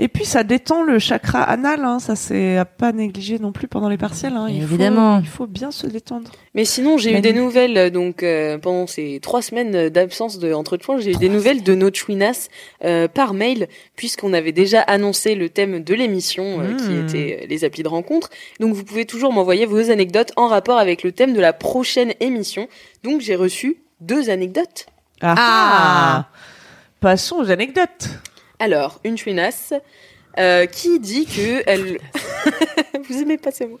[SPEAKER 5] Et puis ça détend le chakra anal, hein, ça c'est à pas négliger non plus pendant les partiels. hein, il faut-
[SPEAKER 7] Évidemment.
[SPEAKER 5] il faut bien se détendre.
[SPEAKER 2] Mais sinon, j'ai eu des
[SPEAKER 5] Magnifique.
[SPEAKER 2] nouvelles euh, donc euh, pendant ces trois semaines euh, d'absence de entre points, j'ai eu des nouvelles de nos chouinas euh, par mail puisqu'on avait déjà annoncé le thème de l'émission euh, qui
[SPEAKER 7] Hmm.
[SPEAKER 5] Mm.
[SPEAKER 2] était euh, les applis de rencontre. Donc vous pouvez toujours m'envoyer vos anecdotes en rapport avec le thème de la prochaine émission. Donc j'ai reçu deux anecdotes.
[SPEAKER 5] Ah,
[SPEAKER 7] Ah.
[SPEAKER 5] Passons aux anecdotes.
[SPEAKER 2] Alors, une chouinasse euh, qui dit que elle. Vous aimez pas ces mots.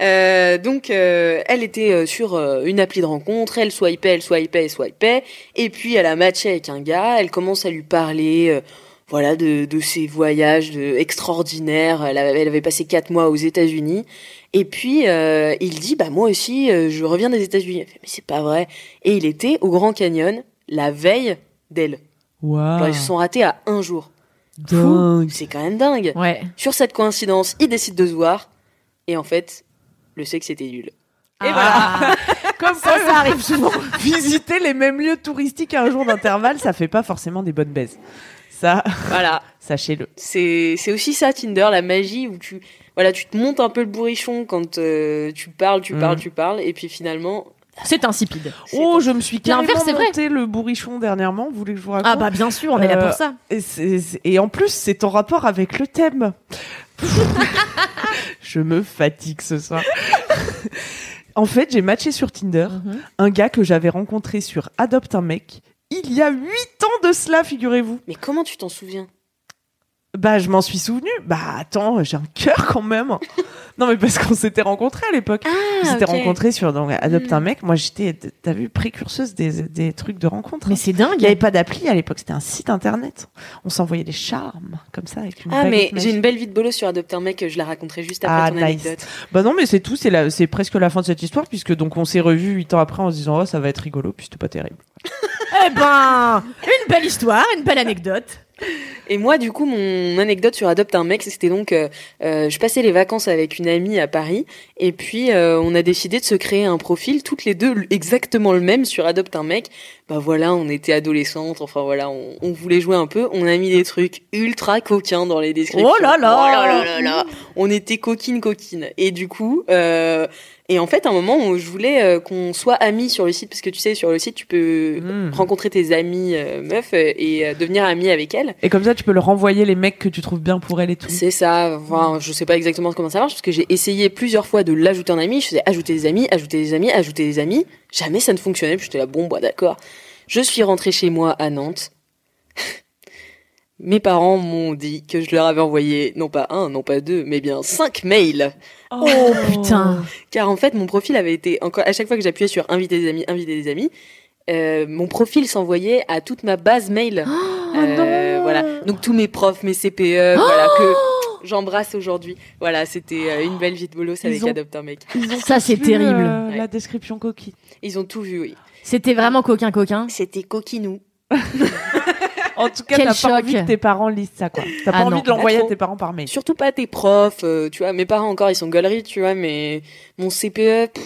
[SPEAKER 2] Euh, donc, euh, elle était euh, sur euh, une appli de rencontre, elle swipait, elle swipait, elle swipait, et puis elle a matché avec un gars, elle commence à lui parler, euh, voilà, de, de ses voyages de, extraordinaires, elle, avait- elle avait passé quatre mois aux États-Unis, et puis euh, il dit, bah moi aussi, euh, je reviens des États-Unis. Elle fait, mais c'est pas vrai. Et il était au Grand Canyon la veille d'elle.
[SPEAKER 5] Waouh.
[SPEAKER 2] Genre, Bah, Ils se sont ratés à un jour.
[SPEAKER 5] Dingue.
[SPEAKER 2] C'est quand même dingue.
[SPEAKER 7] Ouais.
[SPEAKER 2] Sur cette coïncidence, ils décident de se voir. Et en fait, le sexe était nul.
[SPEAKER 5] Et voilà. Comme ça, ça arrive souvent. Visiter les mêmes lieux touristiques à un jour d'intervalle, ça fait pas forcément des bonnes baises. Ça,
[SPEAKER 2] Voilà.
[SPEAKER 5] sachez-le.
[SPEAKER 2] C'est c'est aussi ça, Tinder, la magie où tu, voilà, tu te montes un peu le bourrichon quand euh, tu parles, tu parles,
[SPEAKER 5] Mm.
[SPEAKER 2] tu parles. Et puis finalement.
[SPEAKER 7] C'est insipide.
[SPEAKER 2] c'est-
[SPEAKER 5] Oh, je me suis carrément
[SPEAKER 7] L'inverse, c'est vrai.
[SPEAKER 5] monté le bourrichon dernièrement. Vous voulez que je vous raconte
[SPEAKER 7] Ah bah bien sûr, on est là
[SPEAKER 5] Euh,
[SPEAKER 7] pour ça.
[SPEAKER 5] Et, c'est- c'est- et en plus, c'est en rapport avec le thème. Je me fatigue ce soir. en fait, j'ai matché sur Tinder
[SPEAKER 7] mhm.
[SPEAKER 5] un gars que j'avais rencontré sur Adopte un mec il y a 8 ans de cela, figurez-vous.
[SPEAKER 2] Mais comment tu t'en souviens
[SPEAKER 5] Bah, je m'en suis souvenu. Bah, attends, j'ai un cœur quand même. non, mais parce qu'on s'était rencontrés à l'époque.
[SPEAKER 7] Ah,
[SPEAKER 5] on s'était
[SPEAKER 2] Ah, ok.
[SPEAKER 5] rencontrés sur donc,
[SPEAKER 7] Hmm.
[SPEAKER 5] Adopte un mec. Moi, j'étais, t'as vu, précurseuse des, des trucs de rencontres.
[SPEAKER 7] Mais
[SPEAKER 5] hein.
[SPEAKER 7] c'est
[SPEAKER 5] Il n'y
[SPEAKER 7] dingue.
[SPEAKER 5] avait pas d'appli à l'époque, c'était un site internet. On s'envoyait des charmes comme ça avec une
[SPEAKER 2] Ah, mais
[SPEAKER 5] baguette
[SPEAKER 2] j'ai
[SPEAKER 5] magique.
[SPEAKER 2] une belle vie de bolos sur Adopter un mec, je la raconterai juste après
[SPEAKER 5] Ah,
[SPEAKER 2] ton
[SPEAKER 5] nice.
[SPEAKER 2] anecdote.
[SPEAKER 5] Bah non, mais c'est tout, c'est la- c'est presque la fin de cette histoire puisque donc on s'est revus huit ans après en se disant oh ça va être rigolo puis c'était pas terrible.
[SPEAKER 7] Eh ben, une belle histoire, une belle anecdote.
[SPEAKER 2] Et moi, du coup, mon anecdote sur Adopte un mec, c'était donc, euh, euh, je passais les vacances avec une amie à Paris, et puis euh, on a décidé de se créer un profil, toutes les deux l- exactement le même sur Adopte un mec. Bah voilà, on était adolescentes, enfin voilà, on, on voulait jouer un peu, on a mis des trucs ultra coquins dans les descriptions.
[SPEAKER 7] Oh là là
[SPEAKER 2] là là là. On était coquine coquine. Et du coup, euh, et en fait, à un moment, on- je voulais euh, qu'on soit amis sur le site, parce que tu sais, sur le site, tu peux
[SPEAKER 7] Hmm.
[SPEAKER 5] Mm.
[SPEAKER 2] rencontrer tes amis euh, meufs euh, et euh, devenir amie avec elles.
[SPEAKER 5] Et comme ça tu peux leur renvoyer les mecs que tu trouves bien pour elle et tout.
[SPEAKER 2] C'est ça. Enfin, je sais pas exactement comment ça marche parce que j'ai essayé plusieurs fois de l'ajouter en ami. Je faisais ajouter des amis, ajouter des amis, ajouter des amis. Jamais ça ne fonctionnait. puis J'étais là, bon, bah d'accord. Je suis rentrée chez moi à Nantes. Mes parents m'ont dit que je leur avais envoyé non pas un, non pas deux, mais bien cinq mails.
[SPEAKER 7] Oh putain.
[SPEAKER 2] Car en fait, mon profil avait été encore à chaque fois que j'appuyais sur inviter des amis, inviter des amis, euh, mon profil s'envoyait à toute ma base mail.
[SPEAKER 7] Oh
[SPEAKER 2] Euh, Voilà. Donc tous mes profs, mes CPE, voilà que j'embrasse aujourd'hui. Voilà, c'était euh, une belle vie de bolos avec
[SPEAKER 5] ont-
[SPEAKER 2] Adopt un mec.
[SPEAKER 7] Ça, c'est
[SPEAKER 5] Vu,
[SPEAKER 7] terrible.
[SPEAKER 5] euh, La
[SPEAKER 2] Ouais.
[SPEAKER 5] description coquille.
[SPEAKER 2] Ils ont tout vu, oui.
[SPEAKER 7] C'était vraiment coquin, coquin.
[SPEAKER 2] C'était coquinou.
[SPEAKER 5] En tout cas,
[SPEAKER 7] Quel
[SPEAKER 5] t'as
[SPEAKER 7] choc.
[SPEAKER 5] pas envie que tes parents lisent ça quoi. T'as pas
[SPEAKER 7] Ah
[SPEAKER 5] envie
[SPEAKER 7] non.
[SPEAKER 5] de
[SPEAKER 2] Pas
[SPEAKER 5] l'envoyer à
[SPEAKER 2] trop.
[SPEAKER 5] tes parents par mail.
[SPEAKER 2] Surtout pas tes profs, euh, tu vois. Mes parents encore, ils sont galeries, tu vois. Mais mon CPE, pff,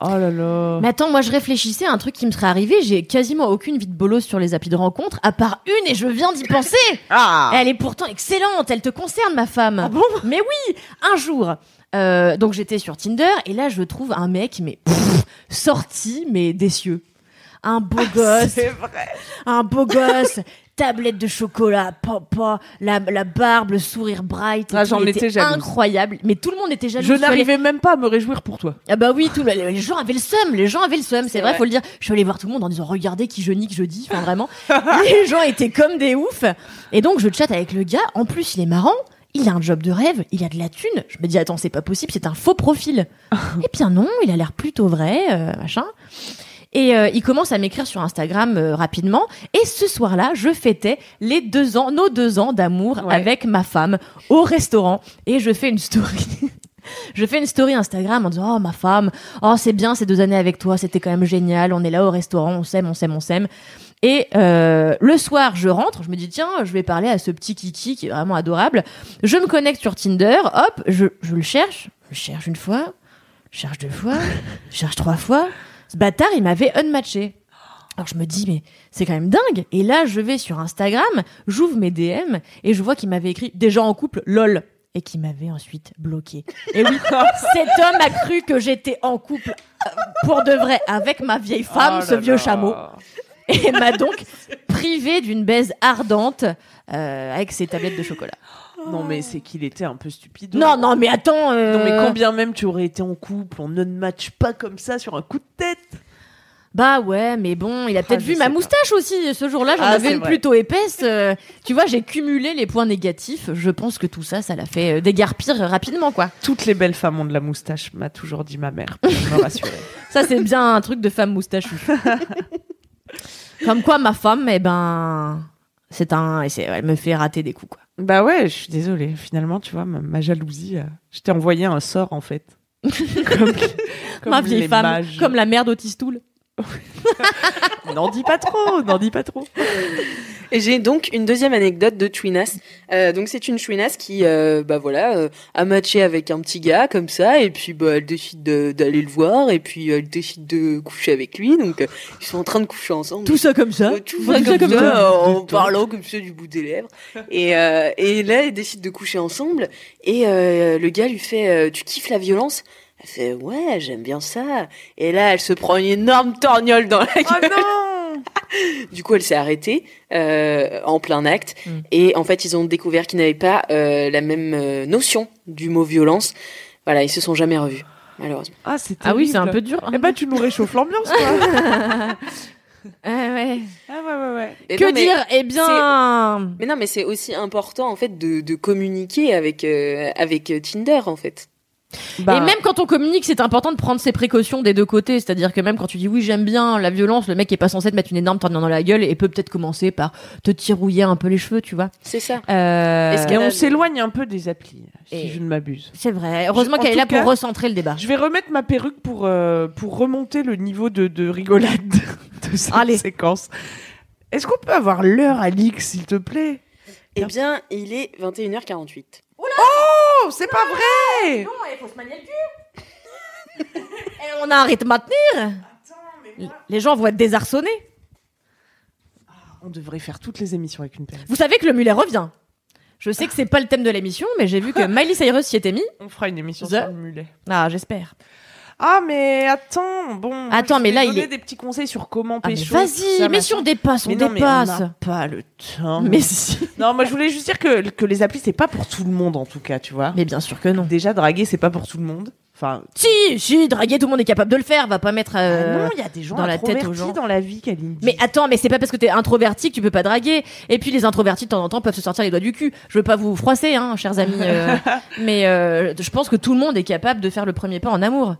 [SPEAKER 5] Oh là là.
[SPEAKER 7] Mais attends, moi je réfléchissais à un truc qui me serait arrivé. J'ai quasiment aucune vie de bolos sur les applis de rencontre, à part une, et je viens d'y penser.
[SPEAKER 5] Ah.
[SPEAKER 7] Elle est pourtant excellente, elle te concerne, ma femme.
[SPEAKER 5] bon
[SPEAKER 7] mais oui, un jour, euh, donc j'étais sur Tinder, et là je trouve un mec, mais pff, sorti, mais des cieux. Un beau gosse,
[SPEAKER 5] Ah, C'est vrai.
[SPEAKER 7] un beau gosse, tablette de chocolat, papa, la, la barbe, le sourire bright. et
[SPEAKER 5] Ah,
[SPEAKER 7] tout,
[SPEAKER 5] j'en
[SPEAKER 7] il était
[SPEAKER 5] étais jalouse.
[SPEAKER 7] Incroyable, mais tout le monde était jaloux.
[SPEAKER 5] Je
[SPEAKER 7] suis allée-
[SPEAKER 5] n'arrivais même pas à me réjouir pour toi.
[SPEAKER 7] ah bah oui, tout, le- les gens avaient le seum, les gens avaient le seum, c'est vrai,
[SPEAKER 2] vrai.
[SPEAKER 7] faut le dire. Je suis allée voir tout le monde en disant regardez qui je nique jeudi, enfin vraiment. les gens étaient comme des oufs. Et donc je chatte avec le gars, en plus il est marrant, il a un job de rêve, il a de la thune. Je me dis attends, c'est pas possible, c'est un faux profil. Eh bien non, il a l'air plutôt vrai, euh, machin. Et euh, il commence à m'écrire sur Instagram euh, rapidement. Et ce soir-là, je fêtais les deux ans, nos deux ans d'amour
[SPEAKER 5] Ouais.
[SPEAKER 7] avec ma femme au restaurant. Et je fais une story. je fais une story Instagram en disant Oh, ma femme, oh, c'est bien ces deux années avec toi, c'était quand même génial. On est là au restaurant, on s'aime, on s'aime, on s'aime. Et euh, le soir, je rentre, je me dis Tiens, je vais parler à ce petit Kiki qui est vraiment adorable. Je me connecte sur Tinder, hop, je, je le cherche. Je le cherche une fois, je cherche deux fois, je cherche trois fois. Ce bâtard, il m'avait unmatché. Alors je me dis, mais c'est quand même dingue. Et là, je vais sur Instagram, j'ouvre mes DM et je vois qu'il m'avait écrit déjà en couple, lol. Et qu'il m'avait ensuite bloqué. Et oui, cet homme a cru que j'étais en couple euh, pour de vrai avec ma vieille femme,
[SPEAKER 5] Oh
[SPEAKER 7] ce
[SPEAKER 5] là
[SPEAKER 7] vieux
[SPEAKER 5] là.
[SPEAKER 7] chameau. Et m'a donc privée d'une baise ardente euh, avec ses tablettes de chocolat.
[SPEAKER 5] Non mais c'est qu'il était un peu stupide.
[SPEAKER 7] Oh. Non, non, mais attends. euh,
[SPEAKER 5] Non mais combien même tu aurais été en couple, on ne match pas comme ça sur un coup de tête.
[SPEAKER 7] Bah ouais, mais bon, il a peut-être
[SPEAKER 5] Ah, je
[SPEAKER 7] vu
[SPEAKER 5] sais
[SPEAKER 7] ma
[SPEAKER 5] pas.
[SPEAKER 7] moustache aussi. Ce jour-là, j'en
[SPEAKER 5] Ah,
[SPEAKER 7] avais
[SPEAKER 5] c'est
[SPEAKER 7] une
[SPEAKER 5] vrai.
[SPEAKER 7] plutôt épaisse. euh, tu vois, j'ai cumulé les points négatifs. Je pense que tout ça, ça l'a fait euh, dégarpir rapidement, quoi.
[SPEAKER 5] Toutes les belles femmes ont de la moustache, m'a toujours dit ma mère pour me rassurer.
[SPEAKER 7] Ça, c'est bien un truc de femme moustachue. Comme quoi, ma femme, eh ben, c'est un, et c'est- elle me fait rater des coups, quoi.
[SPEAKER 5] bah ouais, je suis désolée. Finalement, tu vois, ma, ma jalousie, euh, je t'ai envoyé un sort en fait. comme, comme
[SPEAKER 7] ma vieille
[SPEAKER 5] les
[SPEAKER 7] femme,
[SPEAKER 5] mages.
[SPEAKER 7] comme la mère d'Otistoul.
[SPEAKER 5] N'en dis pas trop, n'en dis pas trop.
[SPEAKER 2] Et j'ai donc une deuxième anecdote de Twinas. Euh, donc c'est une Twinas qui, euh, bah voilà, euh, a matché avec un petit gars comme ça, et puis bah elle décide de- d'aller le voir, et puis euh, elle décide de coucher avec lui. Donc euh, ils sont en train de coucher ensemble.
[SPEAKER 7] Tout ça comme ça.
[SPEAKER 2] Euh, tout ça comme, ça, euh, en parlant comme ça du bout des lèvres. Et, euh, et là, ils décident de coucher ensemble. Et euh, le gars lui fait euh, Tu kiffes la violence Elle fait Ouais, j'aime bien ça. Et là, elle se prend une énorme torgnole dans la
[SPEAKER 5] Oh
[SPEAKER 2] gueule. du coup, elle s'est arrêtée euh, en plein acte. Et en fait, ils ont découvert qu'ils n'avaient pas euh, la même euh, notion du mot violence. Voilà, ils se sont jamais revus, malheureusement.
[SPEAKER 5] Ah, c'est
[SPEAKER 7] Ah oui, c'est un
[SPEAKER 5] terrible.
[SPEAKER 7] peu dur.
[SPEAKER 5] Eh ben, tu nous réchauffes l'ambiance, quoi.
[SPEAKER 7] Ah ouais.
[SPEAKER 5] Ah ouais, ouais, ouais.
[SPEAKER 2] Mais
[SPEAKER 7] Que
[SPEAKER 2] non, mais-
[SPEAKER 7] dire Eh bien,
[SPEAKER 2] Mais non, mais c'est aussi important en fait de, de communiquer avec euh, avec euh, Tinder en fait.
[SPEAKER 5] Bah,
[SPEAKER 7] et
[SPEAKER 5] euh,
[SPEAKER 7] même quand on communique, c'est important de prendre ses précautions des deux côtés. C'est-à-dire que même quand tu dis oui, j'aime bien la violence, le mec est pas censé te mettre une énorme tornade dans la gueule et peut peut-être commencer par te tirouiller un peu les cheveux, tu vois.
[SPEAKER 2] C'est ça.
[SPEAKER 7] Euh,
[SPEAKER 2] Est-ce
[SPEAKER 5] Et
[SPEAKER 2] qu'elle-
[SPEAKER 5] on s'éloigne un peu des applis, si
[SPEAKER 7] Et-
[SPEAKER 5] je ne m'abuse.
[SPEAKER 7] C'est vrai. Heureusement
[SPEAKER 5] En
[SPEAKER 7] qu'elle est
[SPEAKER 5] tout
[SPEAKER 7] là
[SPEAKER 5] cas-
[SPEAKER 7] pour recentrer le débat.
[SPEAKER 5] Je vais remettre ma perruque pour, euh, pour remonter le niveau de, de rigolade de cette
[SPEAKER 7] Allez.
[SPEAKER 5] séquence. Est-ce qu'on peut avoir l'heure, Alix, s'il te plaît
[SPEAKER 2] Eh bien, il est 21h48.
[SPEAKER 5] Oh, c'est pas vrai
[SPEAKER 7] Et Eh, on a un rythme à tenir. Les gens vont être désarçonnés.
[SPEAKER 5] On devrait faire toutes les émissions avec une perruque.
[SPEAKER 7] Vous savez que le mulet revient. Je sais que c'est pas le thème de l'émission, mais j'ai vu que Miley Cyrus s'y était mis.
[SPEAKER 5] On fera une émission
[SPEAKER 7] The-
[SPEAKER 5] sur le mulet.
[SPEAKER 7] Ah, j'espère.
[SPEAKER 5] Ah, mais attends, bon. moi,
[SPEAKER 7] Attends,
[SPEAKER 5] je
[SPEAKER 7] mais
[SPEAKER 5] vais
[SPEAKER 7] là, il
[SPEAKER 5] donner
[SPEAKER 7] est-
[SPEAKER 5] des petits conseils sur comment
[SPEAKER 7] Ah, mais
[SPEAKER 5] pécho. tout
[SPEAKER 7] vas-y,
[SPEAKER 5] ça,
[SPEAKER 7] mais si
[SPEAKER 5] machin.
[SPEAKER 7] on dépasse, on
[SPEAKER 5] Mais non, mais on
[SPEAKER 7] dépasse.
[SPEAKER 5] n'a pas le temps.
[SPEAKER 7] Mais si.
[SPEAKER 5] Non, moi, je voulais juste dire que, que les applis, c'est pas pour tout le monde, en tout cas, tu vois.
[SPEAKER 7] Mais bien sûr que non.
[SPEAKER 5] Déjà, draguer, c'est pas pour tout le monde. Enfin,
[SPEAKER 7] Si, si, draguer, tout le monde est capable de le faire. Va pas mettre. euh,
[SPEAKER 5] Ah non, il y a des gens
[SPEAKER 7] dans la tête aux
[SPEAKER 5] introvertis
[SPEAKER 7] gens.
[SPEAKER 5] dans la vie, Kaline.
[SPEAKER 7] Mais attends, mais c'est pas parce que t'es introverti que tu peux pas draguer. Et puis les introvertis de temps en temps peuvent se sortir les doigts du cul. Je veux pas vous froisser, hein, chers amis. euh, mais euh, je pense que tout le monde est capable de faire le premier pas en amour.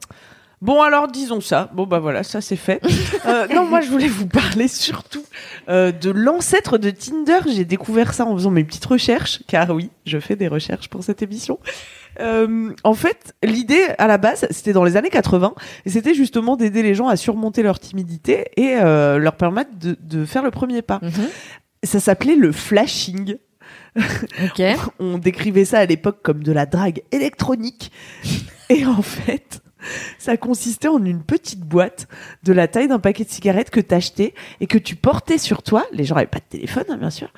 [SPEAKER 5] Bon alors disons ça. Bon bah voilà, ça c'est fait. Euh, non moi je voulais vous parler surtout euh, de l'ancêtre de Tinder. J'ai découvert ça en faisant mes petites recherches, car oui, je fais des recherches pour cette émission. Euh, en fait, l'idée à la base, c'était dans les années 80, et c'était justement d'aider les gens à surmonter leur timidité et euh, leur permettre de, de faire le premier pas.
[SPEAKER 7] Mhm.
[SPEAKER 5] Ça s'appelait le flashing.
[SPEAKER 7] Ok.
[SPEAKER 5] On décrivait ça à l'époque comme de la drague électronique. Et en fait, ça consistait en une petite boîte de la taille d'un paquet de cigarettes que t'achetais et que tu portais sur toi. Les gens n'avaient pas de téléphone, hein, bien sûr.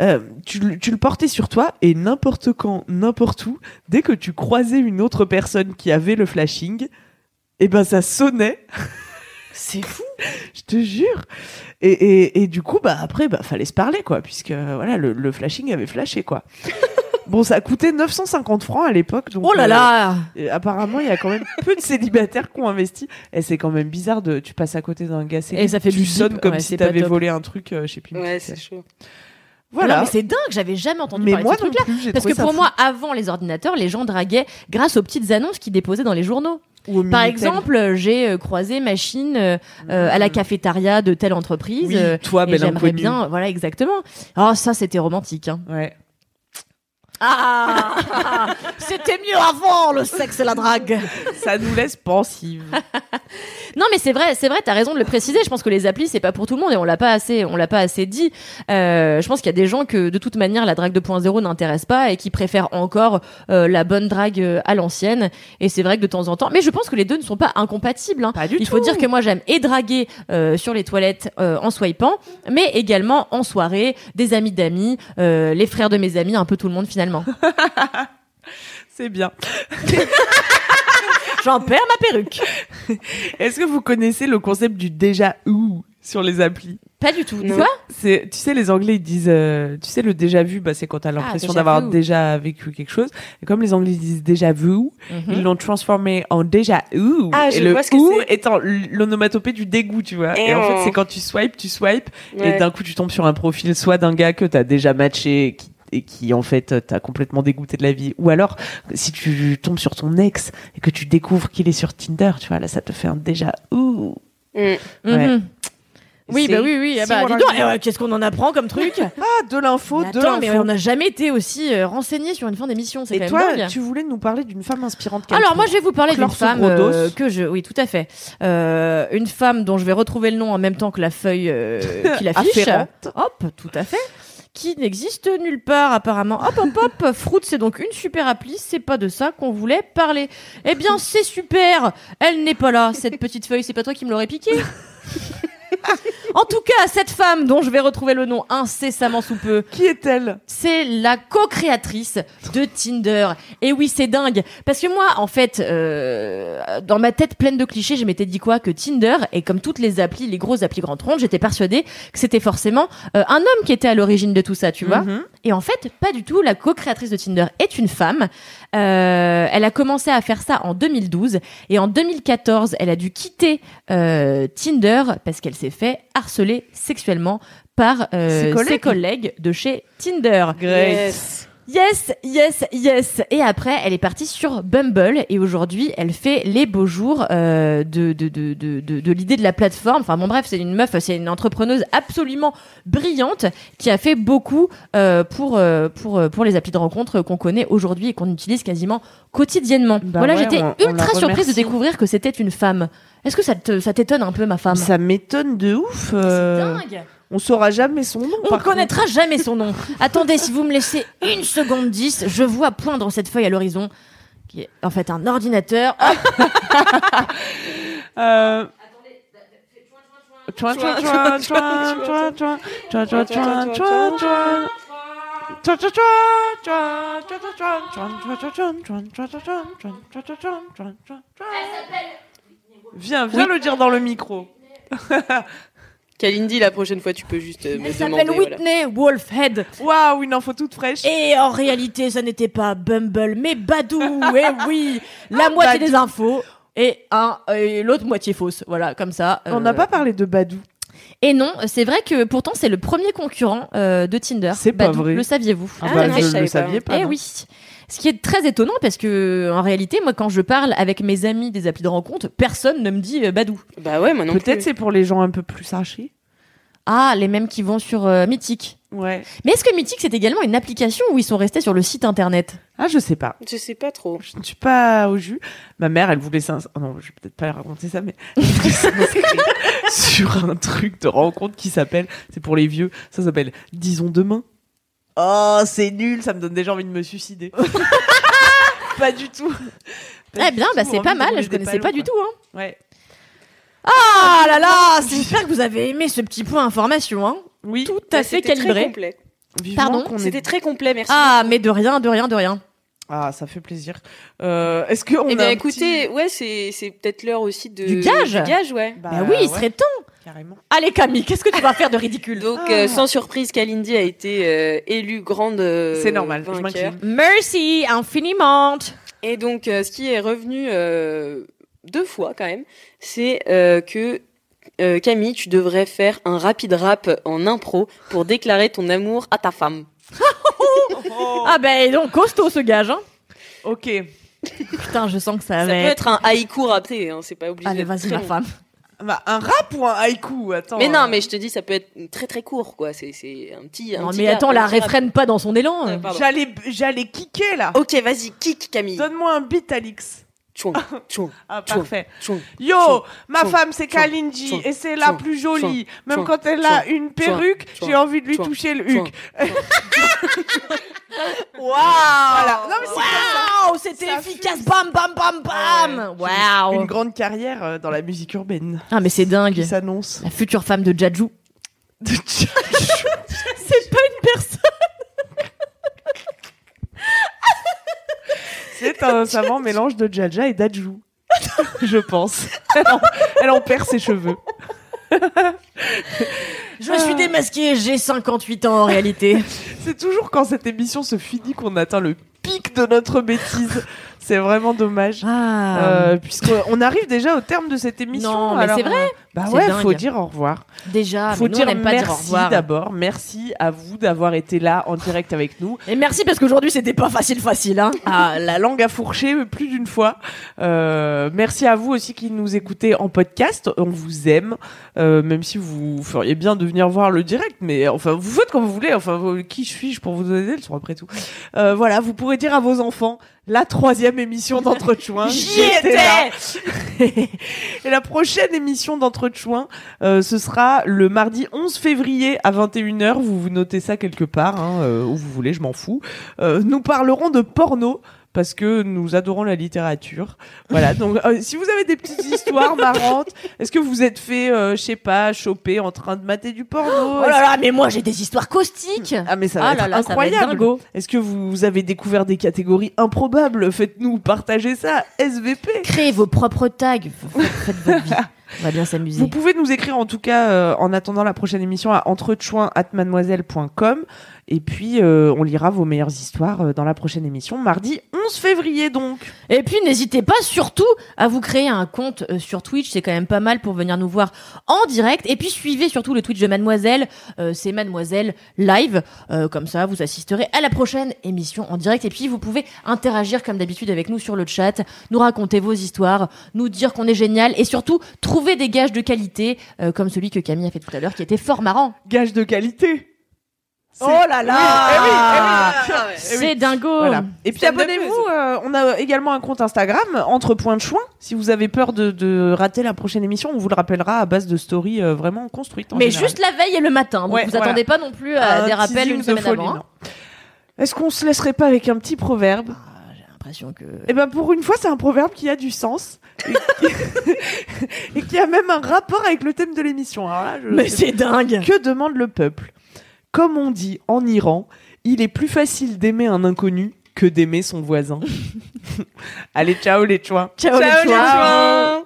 [SPEAKER 5] Euh, tu, le- tu le portais sur toi et n'importe quand, n'importe où, dès que tu croisais une autre personne qui avait le flashing, eh ben ça sonnait. C'est fou, je te jure. Et, et, et du coup, bah après, bah fallait se parler quoi, puisque euh, voilà, le, le flashing avait flashé quoi. bon, ça coûtait 950 francs à l'époque, donc
[SPEAKER 7] Oh là
[SPEAKER 5] euh,
[SPEAKER 7] là
[SPEAKER 5] et apparemment, il y a quand même peu de célibataires qui ont investi. Et c'est quand même bizarre de. Tu passes à côté d'un gars célib,
[SPEAKER 7] Et ça fait
[SPEAKER 5] tu
[SPEAKER 7] bip,
[SPEAKER 5] sonnes
[SPEAKER 7] bip.
[SPEAKER 5] comme
[SPEAKER 7] Ouais,
[SPEAKER 5] si
[SPEAKER 7] c'est pas
[SPEAKER 5] t'avais
[SPEAKER 7] top.
[SPEAKER 5] volé un truc, euh, je sais plus.
[SPEAKER 2] Ouais,
[SPEAKER 5] mais
[SPEAKER 2] c'est chaud.
[SPEAKER 7] Non,
[SPEAKER 5] Voilà.
[SPEAKER 7] mais c'est dingue, j'avais jamais entendu
[SPEAKER 5] mais
[SPEAKER 7] parler
[SPEAKER 5] moi
[SPEAKER 7] de ce
[SPEAKER 5] non
[SPEAKER 7] truc-là.
[SPEAKER 5] plus, j'ai
[SPEAKER 7] Parce
[SPEAKER 5] trouvé
[SPEAKER 7] que
[SPEAKER 5] ça
[SPEAKER 7] pour
[SPEAKER 5] fou.
[SPEAKER 7] moi, avant les ordinateurs, les gens draguaient grâce aux petites annonces qu'ils déposaient dans les journaux.
[SPEAKER 5] Ou au
[SPEAKER 7] Par
[SPEAKER 5] Minitel.
[SPEAKER 7] exemple, euh, j'ai euh, croisé machine euh, euh, à la cafétéria de telle entreprise.
[SPEAKER 5] Mmh. Oui,
[SPEAKER 7] euh,
[SPEAKER 5] toi,
[SPEAKER 7] et
[SPEAKER 5] belle
[SPEAKER 7] j'aimerais
[SPEAKER 5] inconnue.
[SPEAKER 7] bien, voilà, exactement. Ah, ça, c'était romantique. Hein.
[SPEAKER 5] Ouais.
[SPEAKER 7] Ah C'était mieux avant le sexe et la drague.
[SPEAKER 5] Ça nous laisse pensive.
[SPEAKER 7] Non mais c'est vrai, c'est vrai, t'as raison de le préciser. Je pense que les applis c'est pas pour tout le monde et on l'a pas assez, on l'a pas assez dit. Euh, je pense qu'il y a des gens que de toute manière la drague 2.0 n'intéresse pas et qui préfèrent encore euh, la bonne drague euh, à l'ancienne. Et c'est vrai que de temps en temps, mais je pense que les deux ne sont pas incompatibles. hein.
[SPEAKER 5] Pas du
[SPEAKER 7] Il faut dire que moi j'aime et draguer euh, sur les toilettes euh, en swipant, mais également en soirée, des amis d'amis, euh, les frères de mes amis, un peu tout le monde finalement.
[SPEAKER 5] C'est bien.
[SPEAKER 7] J'en perds ma perruque.
[SPEAKER 5] Est-ce que vous connaissez le concept du déjà ou sur les applis
[SPEAKER 7] Pas du tout. Tu
[SPEAKER 2] Non.
[SPEAKER 7] vois
[SPEAKER 5] C'est, tu sais, les Anglais ils disent, euh, tu sais, le déjà vu, bah, c'est quand t'as l'impression
[SPEAKER 7] déjà
[SPEAKER 5] d'avoir
[SPEAKER 7] vu.
[SPEAKER 5] déjà vécu quelque chose. Et comme les Anglais disent déjà vu, Ils l'ont transformé en déjà ou
[SPEAKER 2] Ah,
[SPEAKER 5] et
[SPEAKER 2] je
[SPEAKER 5] le
[SPEAKER 2] vois ce que
[SPEAKER 5] ou
[SPEAKER 2] c'est.
[SPEAKER 5] étant l- l'onomatopée du dégoût, tu vois. Et,
[SPEAKER 2] Eh
[SPEAKER 5] en
[SPEAKER 2] oh.
[SPEAKER 5] fait, c'est quand tu swipes, tu swipes, et
[SPEAKER 2] Ouais.
[SPEAKER 5] d'un coup, tu tombes sur un profil soit d'un gars que t'as déjà matché et qui, et qui, en fait, t'as complètement dégoûté de la vie. Ou alors, si tu tombes sur ton ex et que tu découvres qu'il est sur Tinder, tu vois, là, ça te fait un déjà ou.
[SPEAKER 2] Mm.
[SPEAKER 5] Ouais.
[SPEAKER 7] Mhm. Oui,
[SPEAKER 5] C'est-
[SPEAKER 7] bah oui, oui. ah
[SPEAKER 5] si
[SPEAKER 7] bah,
[SPEAKER 5] on
[SPEAKER 7] dis
[SPEAKER 5] en
[SPEAKER 7] donc,
[SPEAKER 5] dit-
[SPEAKER 7] eh ouais, qu'est-ce qu'on en apprend comme truc
[SPEAKER 5] Ah, de l'info,
[SPEAKER 7] Mais
[SPEAKER 5] de
[SPEAKER 7] Attends, mais on
[SPEAKER 5] l'info.
[SPEAKER 7] n'a jamais été aussi euh, renseigné sur une fin d'émission. C'est
[SPEAKER 5] Et
[SPEAKER 7] quand
[SPEAKER 5] toi,
[SPEAKER 7] même dingue.
[SPEAKER 5] tu voulais nous parler d'une femme inspirante. Catherine.
[SPEAKER 7] Alors moi, je vais vous parler d'une
[SPEAKER 5] Clore ce
[SPEAKER 7] femme
[SPEAKER 5] gros dos.
[SPEAKER 7] euh, que je, oui, tout à fait, Euh, une femme dont je vais retrouver le nom en même temps que la feuille euh, qui l'affiche.
[SPEAKER 5] Afférente.
[SPEAKER 7] Hop, tout à fait. Qui n'existe nulle part apparemment. Hop, hop, hop. Fruit, c'est donc une super appli. C'est pas de ça qu'on voulait parler. Eh bien, c'est super. Elle n'est pas là. Cette petite feuille, c'est pas toi qui me l'aurais piquée. en tout cas, cette femme dont je vais retrouver le nom incessamment sous peu,
[SPEAKER 5] qui est-elle
[SPEAKER 7] c'est la co-créatrice de Tinder. Et oui, c'est dingue. Parce que moi, en fait, euh, dans ma tête pleine de clichés, je m'étais dit quoi Que Tinder, et comme toutes les applis, les grosses applis grandes rondes, j'étais persuadée que c'était forcément euh, un homme qui était à l'origine de tout ça, tu vois
[SPEAKER 5] Mhm.
[SPEAKER 7] et en fait, pas du tout. La co-créatrice de Tinder est une femme. Euh, elle a commencé à faire ça en 2012. Et en 2014, elle a dû quitter euh, Tinder parce qu'elle s'est fait harceler sexuellement par euh,
[SPEAKER 5] Ses
[SPEAKER 7] ses,
[SPEAKER 5] collègues
[SPEAKER 7] collègues. de chez Tinder.
[SPEAKER 5] Great.
[SPEAKER 7] Yes, yes, yes. Et après, elle est partie sur Bumble et aujourd'hui, elle fait les beaux jours euh, de, de, de, de, de, de l'idée de la plateforme. Enfin bon, bref, c'est une meuf, c'est une entrepreneuse absolument brillante qui a fait beaucoup euh, pour, euh, pour, euh, pour les applis de rencontre qu'on connaît aujourd'hui et qu'on utilise quasiment quotidiennement.
[SPEAKER 5] Bah
[SPEAKER 7] voilà,
[SPEAKER 5] ouais,
[SPEAKER 7] j'étais
[SPEAKER 5] on- on la
[SPEAKER 7] ultra surprise de
[SPEAKER 5] remercie.
[SPEAKER 7] découvrir que c'était une femme. Est-ce que ça te- ça t'étonne un peu, ma femme
[SPEAKER 5] Ça m'étonne de ouf. euh,
[SPEAKER 7] C'est dingue
[SPEAKER 5] on saura jamais son nom.
[SPEAKER 7] on
[SPEAKER 5] par
[SPEAKER 7] connaîtra jamais son nom. Attendez, si vous me laissez une seconde dix, je vois poindre cette feuille à l'horizon, qui est en fait un ordinateur. Oh, Hop,
[SPEAKER 5] contre. Euh, Tchouin, tchouin, tchouin, tchouin, tchouin, tchouin, tchouin, tchouin, tchouin, tchouin, tchouin. Tchouin, tchouin, tchouin, tchouin, tchouin, tchouin, tchouin, tchouin, tchouin, tchouin, tchouin, tchouin, tchouin, tchouin, tchouin, tchouin, tchouin. Viens, viens le dire dans le micro.
[SPEAKER 2] Kalindi, la prochaine fois, tu peux juste euh, me demander.
[SPEAKER 7] elle s'appelle
[SPEAKER 2] voilà.
[SPEAKER 7] Whitney Wolfhead.
[SPEAKER 5] Waouh, une info toute fraîche.
[SPEAKER 7] Et en réalité, ça n'était pas Bumble, mais Badou. Eh oui, la moitié des infos. Et, un- et l'autre moitié fausse, voilà, comme ça.
[SPEAKER 5] On
[SPEAKER 7] euh.
[SPEAKER 5] n'a pas parlé de Badou.
[SPEAKER 7] Et non, c'est vrai que pourtant c'est le premier concurrent euh, de Tinder.
[SPEAKER 5] C'est pas
[SPEAKER 7] Badou,
[SPEAKER 5] vrai.
[SPEAKER 7] Le saviez-vous
[SPEAKER 2] Ah bah, non, je
[SPEAKER 5] je
[SPEAKER 2] savais
[SPEAKER 5] le
[SPEAKER 2] pas.
[SPEAKER 5] savais pas.
[SPEAKER 7] Eh
[SPEAKER 5] non.
[SPEAKER 7] oui. Ce qui est très étonnant parce que en réalité, moi, quand je parle avec mes amis des applis de rencontre, personne ne me dit euh, Badou.
[SPEAKER 2] Bah ouais, moi non
[SPEAKER 5] Peut-être
[SPEAKER 2] plus.
[SPEAKER 5] c'est pour les gens un peu plus archés.
[SPEAKER 7] Ah, les mêmes qui vont sur euh, Mythique.
[SPEAKER 5] Ouais.
[SPEAKER 7] Mais est-ce que Mythique c'est également une application où ils sont restés sur le site internet
[SPEAKER 5] Ah, je sais pas.
[SPEAKER 2] Je sais pas trop.
[SPEAKER 5] Je ne suis pas au jus. Ma mère, elle voulait s'inscrire. Non, je vais peut-être pas raconter ça, mais elle voulait s'inscrire sur un truc de rencontre qui s'appelle, c'est pour les vieux, ça s'appelle Disons demain. Oh, c'est nul, ça me donne déjà envie de me suicider. pas du tout. Pas
[SPEAKER 7] Eh
[SPEAKER 5] du
[SPEAKER 7] bien,
[SPEAKER 5] tout,
[SPEAKER 7] bah, c'est
[SPEAKER 5] envie
[SPEAKER 7] pas
[SPEAKER 5] de
[SPEAKER 7] mal.
[SPEAKER 5] rouler
[SPEAKER 7] Je
[SPEAKER 5] des
[SPEAKER 7] connaissais pas
[SPEAKER 5] ballons,
[SPEAKER 7] du tout.
[SPEAKER 5] quoi.
[SPEAKER 7] Hein.
[SPEAKER 5] Ouais.
[SPEAKER 7] Ah là là, j'espère que vous avez aimé ce petit point information. Hein.
[SPEAKER 5] Oui.
[SPEAKER 7] Tout à
[SPEAKER 2] Bah,
[SPEAKER 7] fait
[SPEAKER 2] c'était très
[SPEAKER 7] calibré.
[SPEAKER 2] complet.
[SPEAKER 5] Vivement
[SPEAKER 7] Pardon,
[SPEAKER 5] qu'on ait-
[SPEAKER 2] C'était très complet, merci.
[SPEAKER 7] Ah, mais de rien, de rien, de rien.
[SPEAKER 5] Ah, ça fait plaisir. Euh, Est-ce que on
[SPEAKER 2] Eh
[SPEAKER 5] a
[SPEAKER 2] bien
[SPEAKER 5] un
[SPEAKER 2] écoutez, ouais, c'est c'est peut-être l'heure aussi de...
[SPEAKER 7] Du gage
[SPEAKER 2] ouais.
[SPEAKER 5] petit-
[SPEAKER 7] bah oui,
[SPEAKER 5] ouais,
[SPEAKER 7] il serait temps.
[SPEAKER 5] carrément.
[SPEAKER 7] Allez Camille, qu'est-ce que tu vas faire de ridicule
[SPEAKER 2] Donc,
[SPEAKER 5] Ah.
[SPEAKER 2] euh, sans surprise, Kalindi a été euh, élue grande euh,
[SPEAKER 5] C'est normal, je
[SPEAKER 2] vainqueur.
[SPEAKER 5] m'incline.
[SPEAKER 7] Merci infiniment.
[SPEAKER 2] Et donc, euh, ce qui est revenu euh, deux fois quand même, c'est euh, que euh, Camille, tu devrais faire un rapide rap en impro pour déclarer ton amour à ta femme.
[SPEAKER 7] Ah ben donc costaud ce gage. Hein.
[SPEAKER 5] Oh, Ok.
[SPEAKER 7] Putain, je sens que
[SPEAKER 2] Ça
[SPEAKER 7] ça
[SPEAKER 2] peut
[SPEAKER 7] va être.
[SPEAKER 2] être un haïku rapé, hein, c'est pas obligé.
[SPEAKER 7] Ah Allez,
[SPEAKER 2] d'être
[SPEAKER 7] vas-y
[SPEAKER 2] très
[SPEAKER 7] ma
[SPEAKER 2] long.
[SPEAKER 7] femme.
[SPEAKER 5] Bah, un rap ou un haïku Attends.
[SPEAKER 2] Mais non,
[SPEAKER 5] euh,
[SPEAKER 2] mais je te dis, ça peut être très très court, quoi. C'est c'est un petit. un
[SPEAKER 7] Non
[SPEAKER 2] petit
[SPEAKER 7] mais
[SPEAKER 2] rap,
[SPEAKER 7] attends,
[SPEAKER 2] un
[SPEAKER 7] la
[SPEAKER 2] petit rap.
[SPEAKER 7] réfrène pas dans son élan.
[SPEAKER 2] Ouais, Euh, pardon.
[SPEAKER 5] J'allais, j'allais kicker là.
[SPEAKER 2] Ok, vas-y, kick Camille.
[SPEAKER 5] Donne-moi un beat, Alix.
[SPEAKER 2] Chouin, chouin,
[SPEAKER 5] Ah,
[SPEAKER 2] Tchou.
[SPEAKER 5] parfait.
[SPEAKER 2] chouin.
[SPEAKER 5] Yo,
[SPEAKER 2] Tchou.
[SPEAKER 5] ma
[SPEAKER 2] Tchou.
[SPEAKER 5] femme, c'est
[SPEAKER 2] Tchou.
[SPEAKER 5] Kalindi,
[SPEAKER 2] Tchou.
[SPEAKER 5] et c'est la
[SPEAKER 2] Tchou.
[SPEAKER 5] plus jolie.
[SPEAKER 2] Tchou.
[SPEAKER 5] Même
[SPEAKER 2] Tchou.
[SPEAKER 5] quand elle a
[SPEAKER 2] Tchou.
[SPEAKER 5] une perruque,
[SPEAKER 2] Tchou.
[SPEAKER 5] j'ai envie de lui
[SPEAKER 2] Tchou.
[SPEAKER 5] toucher le
[SPEAKER 2] Tchou.
[SPEAKER 5] huc.
[SPEAKER 7] Waouh
[SPEAKER 5] Voilà. Non, mais c'est
[SPEAKER 7] Waouh, Ah, oh, c'était
[SPEAKER 5] Ça
[SPEAKER 7] efficace.
[SPEAKER 5] fuse.
[SPEAKER 7] Bam bam bam bam.
[SPEAKER 5] Ouais.
[SPEAKER 7] Waouh.
[SPEAKER 5] Une grande carrière euh, dans la musique urbaine
[SPEAKER 7] Ah mais c'est
[SPEAKER 5] qui
[SPEAKER 7] dingue.
[SPEAKER 5] s'annonce.
[SPEAKER 7] La future femme de Jaju.
[SPEAKER 5] De Jack.
[SPEAKER 7] C'est pas une personne.
[SPEAKER 5] c'est un savant mélange de Jaja et d'Adjou. Je pense. Elle en, elle en perd ses cheveux.
[SPEAKER 7] Je suis démasquée, j'ai 58 ans en réalité.
[SPEAKER 5] C'est toujours quand cette émission se finit qu'on atteint le pic de notre bêtise. C'est vraiment dommage.
[SPEAKER 7] Ah.
[SPEAKER 5] Euh, puisqu'on arrive déjà au terme de cette émission.
[SPEAKER 7] Non, mais
[SPEAKER 5] alors,
[SPEAKER 7] c'est vrai.
[SPEAKER 5] euh, Bah
[SPEAKER 7] C'est
[SPEAKER 5] ouais,
[SPEAKER 7] dingue.
[SPEAKER 5] faut dire au revoir.
[SPEAKER 7] Déjà,
[SPEAKER 5] faut
[SPEAKER 7] mais nous, on
[SPEAKER 5] dire
[SPEAKER 7] n'aime pas
[SPEAKER 5] merci
[SPEAKER 7] dire au revoir.
[SPEAKER 5] d'abord. Merci à vous d'avoir été là en direct avec nous.
[SPEAKER 7] Et merci parce qu'aujourd'hui c'était pas facile facile hein.
[SPEAKER 5] Ah, la langue a fourché plus d'une fois. Euh, merci à vous aussi qui nous écoutez en podcast. On vous aime, Euh, même si vous feriez bien de venir voir le direct. Mais enfin, vous faites comme vous voulez. Enfin, vous- qui suis-je pour vous donner des leçons après tout Euh, Voilà, vous pourrez dire à vos enfants la troisième émission d'Entrechoin.
[SPEAKER 7] J'y étais.
[SPEAKER 5] là. Et la prochaine émission d'Entrechoin, euh, ce sera le mardi 11 février à 21h. Vous vous notez ça quelque part, hein, euh, où vous voulez, je m'en fous. Euh, nous parlerons de porno parce que nous adorons la littérature. Voilà, donc euh, si vous avez des petites histoires marrantes, est-ce que vous êtes fait, euh, je sais pas, choper en train de mater du porno
[SPEAKER 7] Oh là là, mais moi j'ai des histoires caustiques.
[SPEAKER 5] Ah mais ça va
[SPEAKER 7] Ah
[SPEAKER 5] être
[SPEAKER 7] là là, ça va être
[SPEAKER 5] incroyable
[SPEAKER 7] dingo.
[SPEAKER 5] Est-ce que vous avez découvert des catégories improbables Faites-nous partager ça, SVP
[SPEAKER 7] Créez vos propres tags. F- f- Faites votre vie. On va bien
[SPEAKER 5] Vous
[SPEAKER 7] s'amuser.
[SPEAKER 5] pouvez nous écrire en tout cas euh, en attendant la prochaine émission à entrechoin@mademoiselle.com Et puis, euh, on lira vos meilleures histoires euh, dans la prochaine émission, mardi 11 février donc.
[SPEAKER 7] Et puis n'hésitez pas surtout à vous créer un compte euh, sur Twitch, c'est quand même pas mal pour venir nous voir en direct. Et puis suivez surtout le Twitch de Mademoiselle, euh, c'est Mademoiselle Live. Euh, comme ça, vous assisterez à la prochaine émission en direct. Et puis vous pouvez interagir comme d'habitude avec nous sur le chat, nous raconter vos histoires, nous dire qu'on est génial et surtout trouver des gages de qualité euh, comme celui que Camille a fait tout à l'heure qui était fort marrant.
[SPEAKER 5] Gage de qualité.
[SPEAKER 7] Oh là
[SPEAKER 5] Eh
[SPEAKER 7] là
[SPEAKER 2] Ah
[SPEAKER 7] C'est dingo
[SPEAKER 5] Voilà. Et puis abonnez-vous, euh, on a également un compte Instagram, entre points de choix. Si vous avez peur de, de rater la prochaine émission, on vous le rappellera à base de stories euh, vraiment construites. en
[SPEAKER 7] Mais
[SPEAKER 5] général.
[SPEAKER 7] juste la veille et le matin, donc
[SPEAKER 5] Ouais,
[SPEAKER 7] vous
[SPEAKER 5] voilà.
[SPEAKER 7] attendez pas non plus à
[SPEAKER 5] Un
[SPEAKER 7] des rappels
[SPEAKER 5] teasing
[SPEAKER 7] une
[SPEAKER 5] de
[SPEAKER 7] semaine
[SPEAKER 5] folie,
[SPEAKER 7] avant. hein.
[SPEAKER 5] non. Est-ce qu'on se laisserait pas avec un petit proverbe
[SPEAKER 7] J'ai l'impression que
[SPEAKER 5] Eh ben pour une fois, c'est un proverbe qui a du sens et qui, et qui a même un rapport avec le thème de l'émission. Alors là, je-
[SPEAKER 3] Mais c'est dingue
[SPEAKER 5] que demande le peuple Comme on dit en Iran, il est plus facile d'aimer un inconnu que d'aimer son voisin. Allez, ciao les chouins.
[SPEAKER 3] Ciao, les chouins.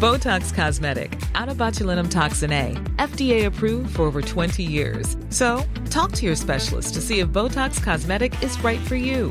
[SPEAKER 9] Botox Cosmetic, out of botulinum toxin A, FDA approved for over 20 years. So, talk to your specialist to see if Botox Cosmetic is right for you.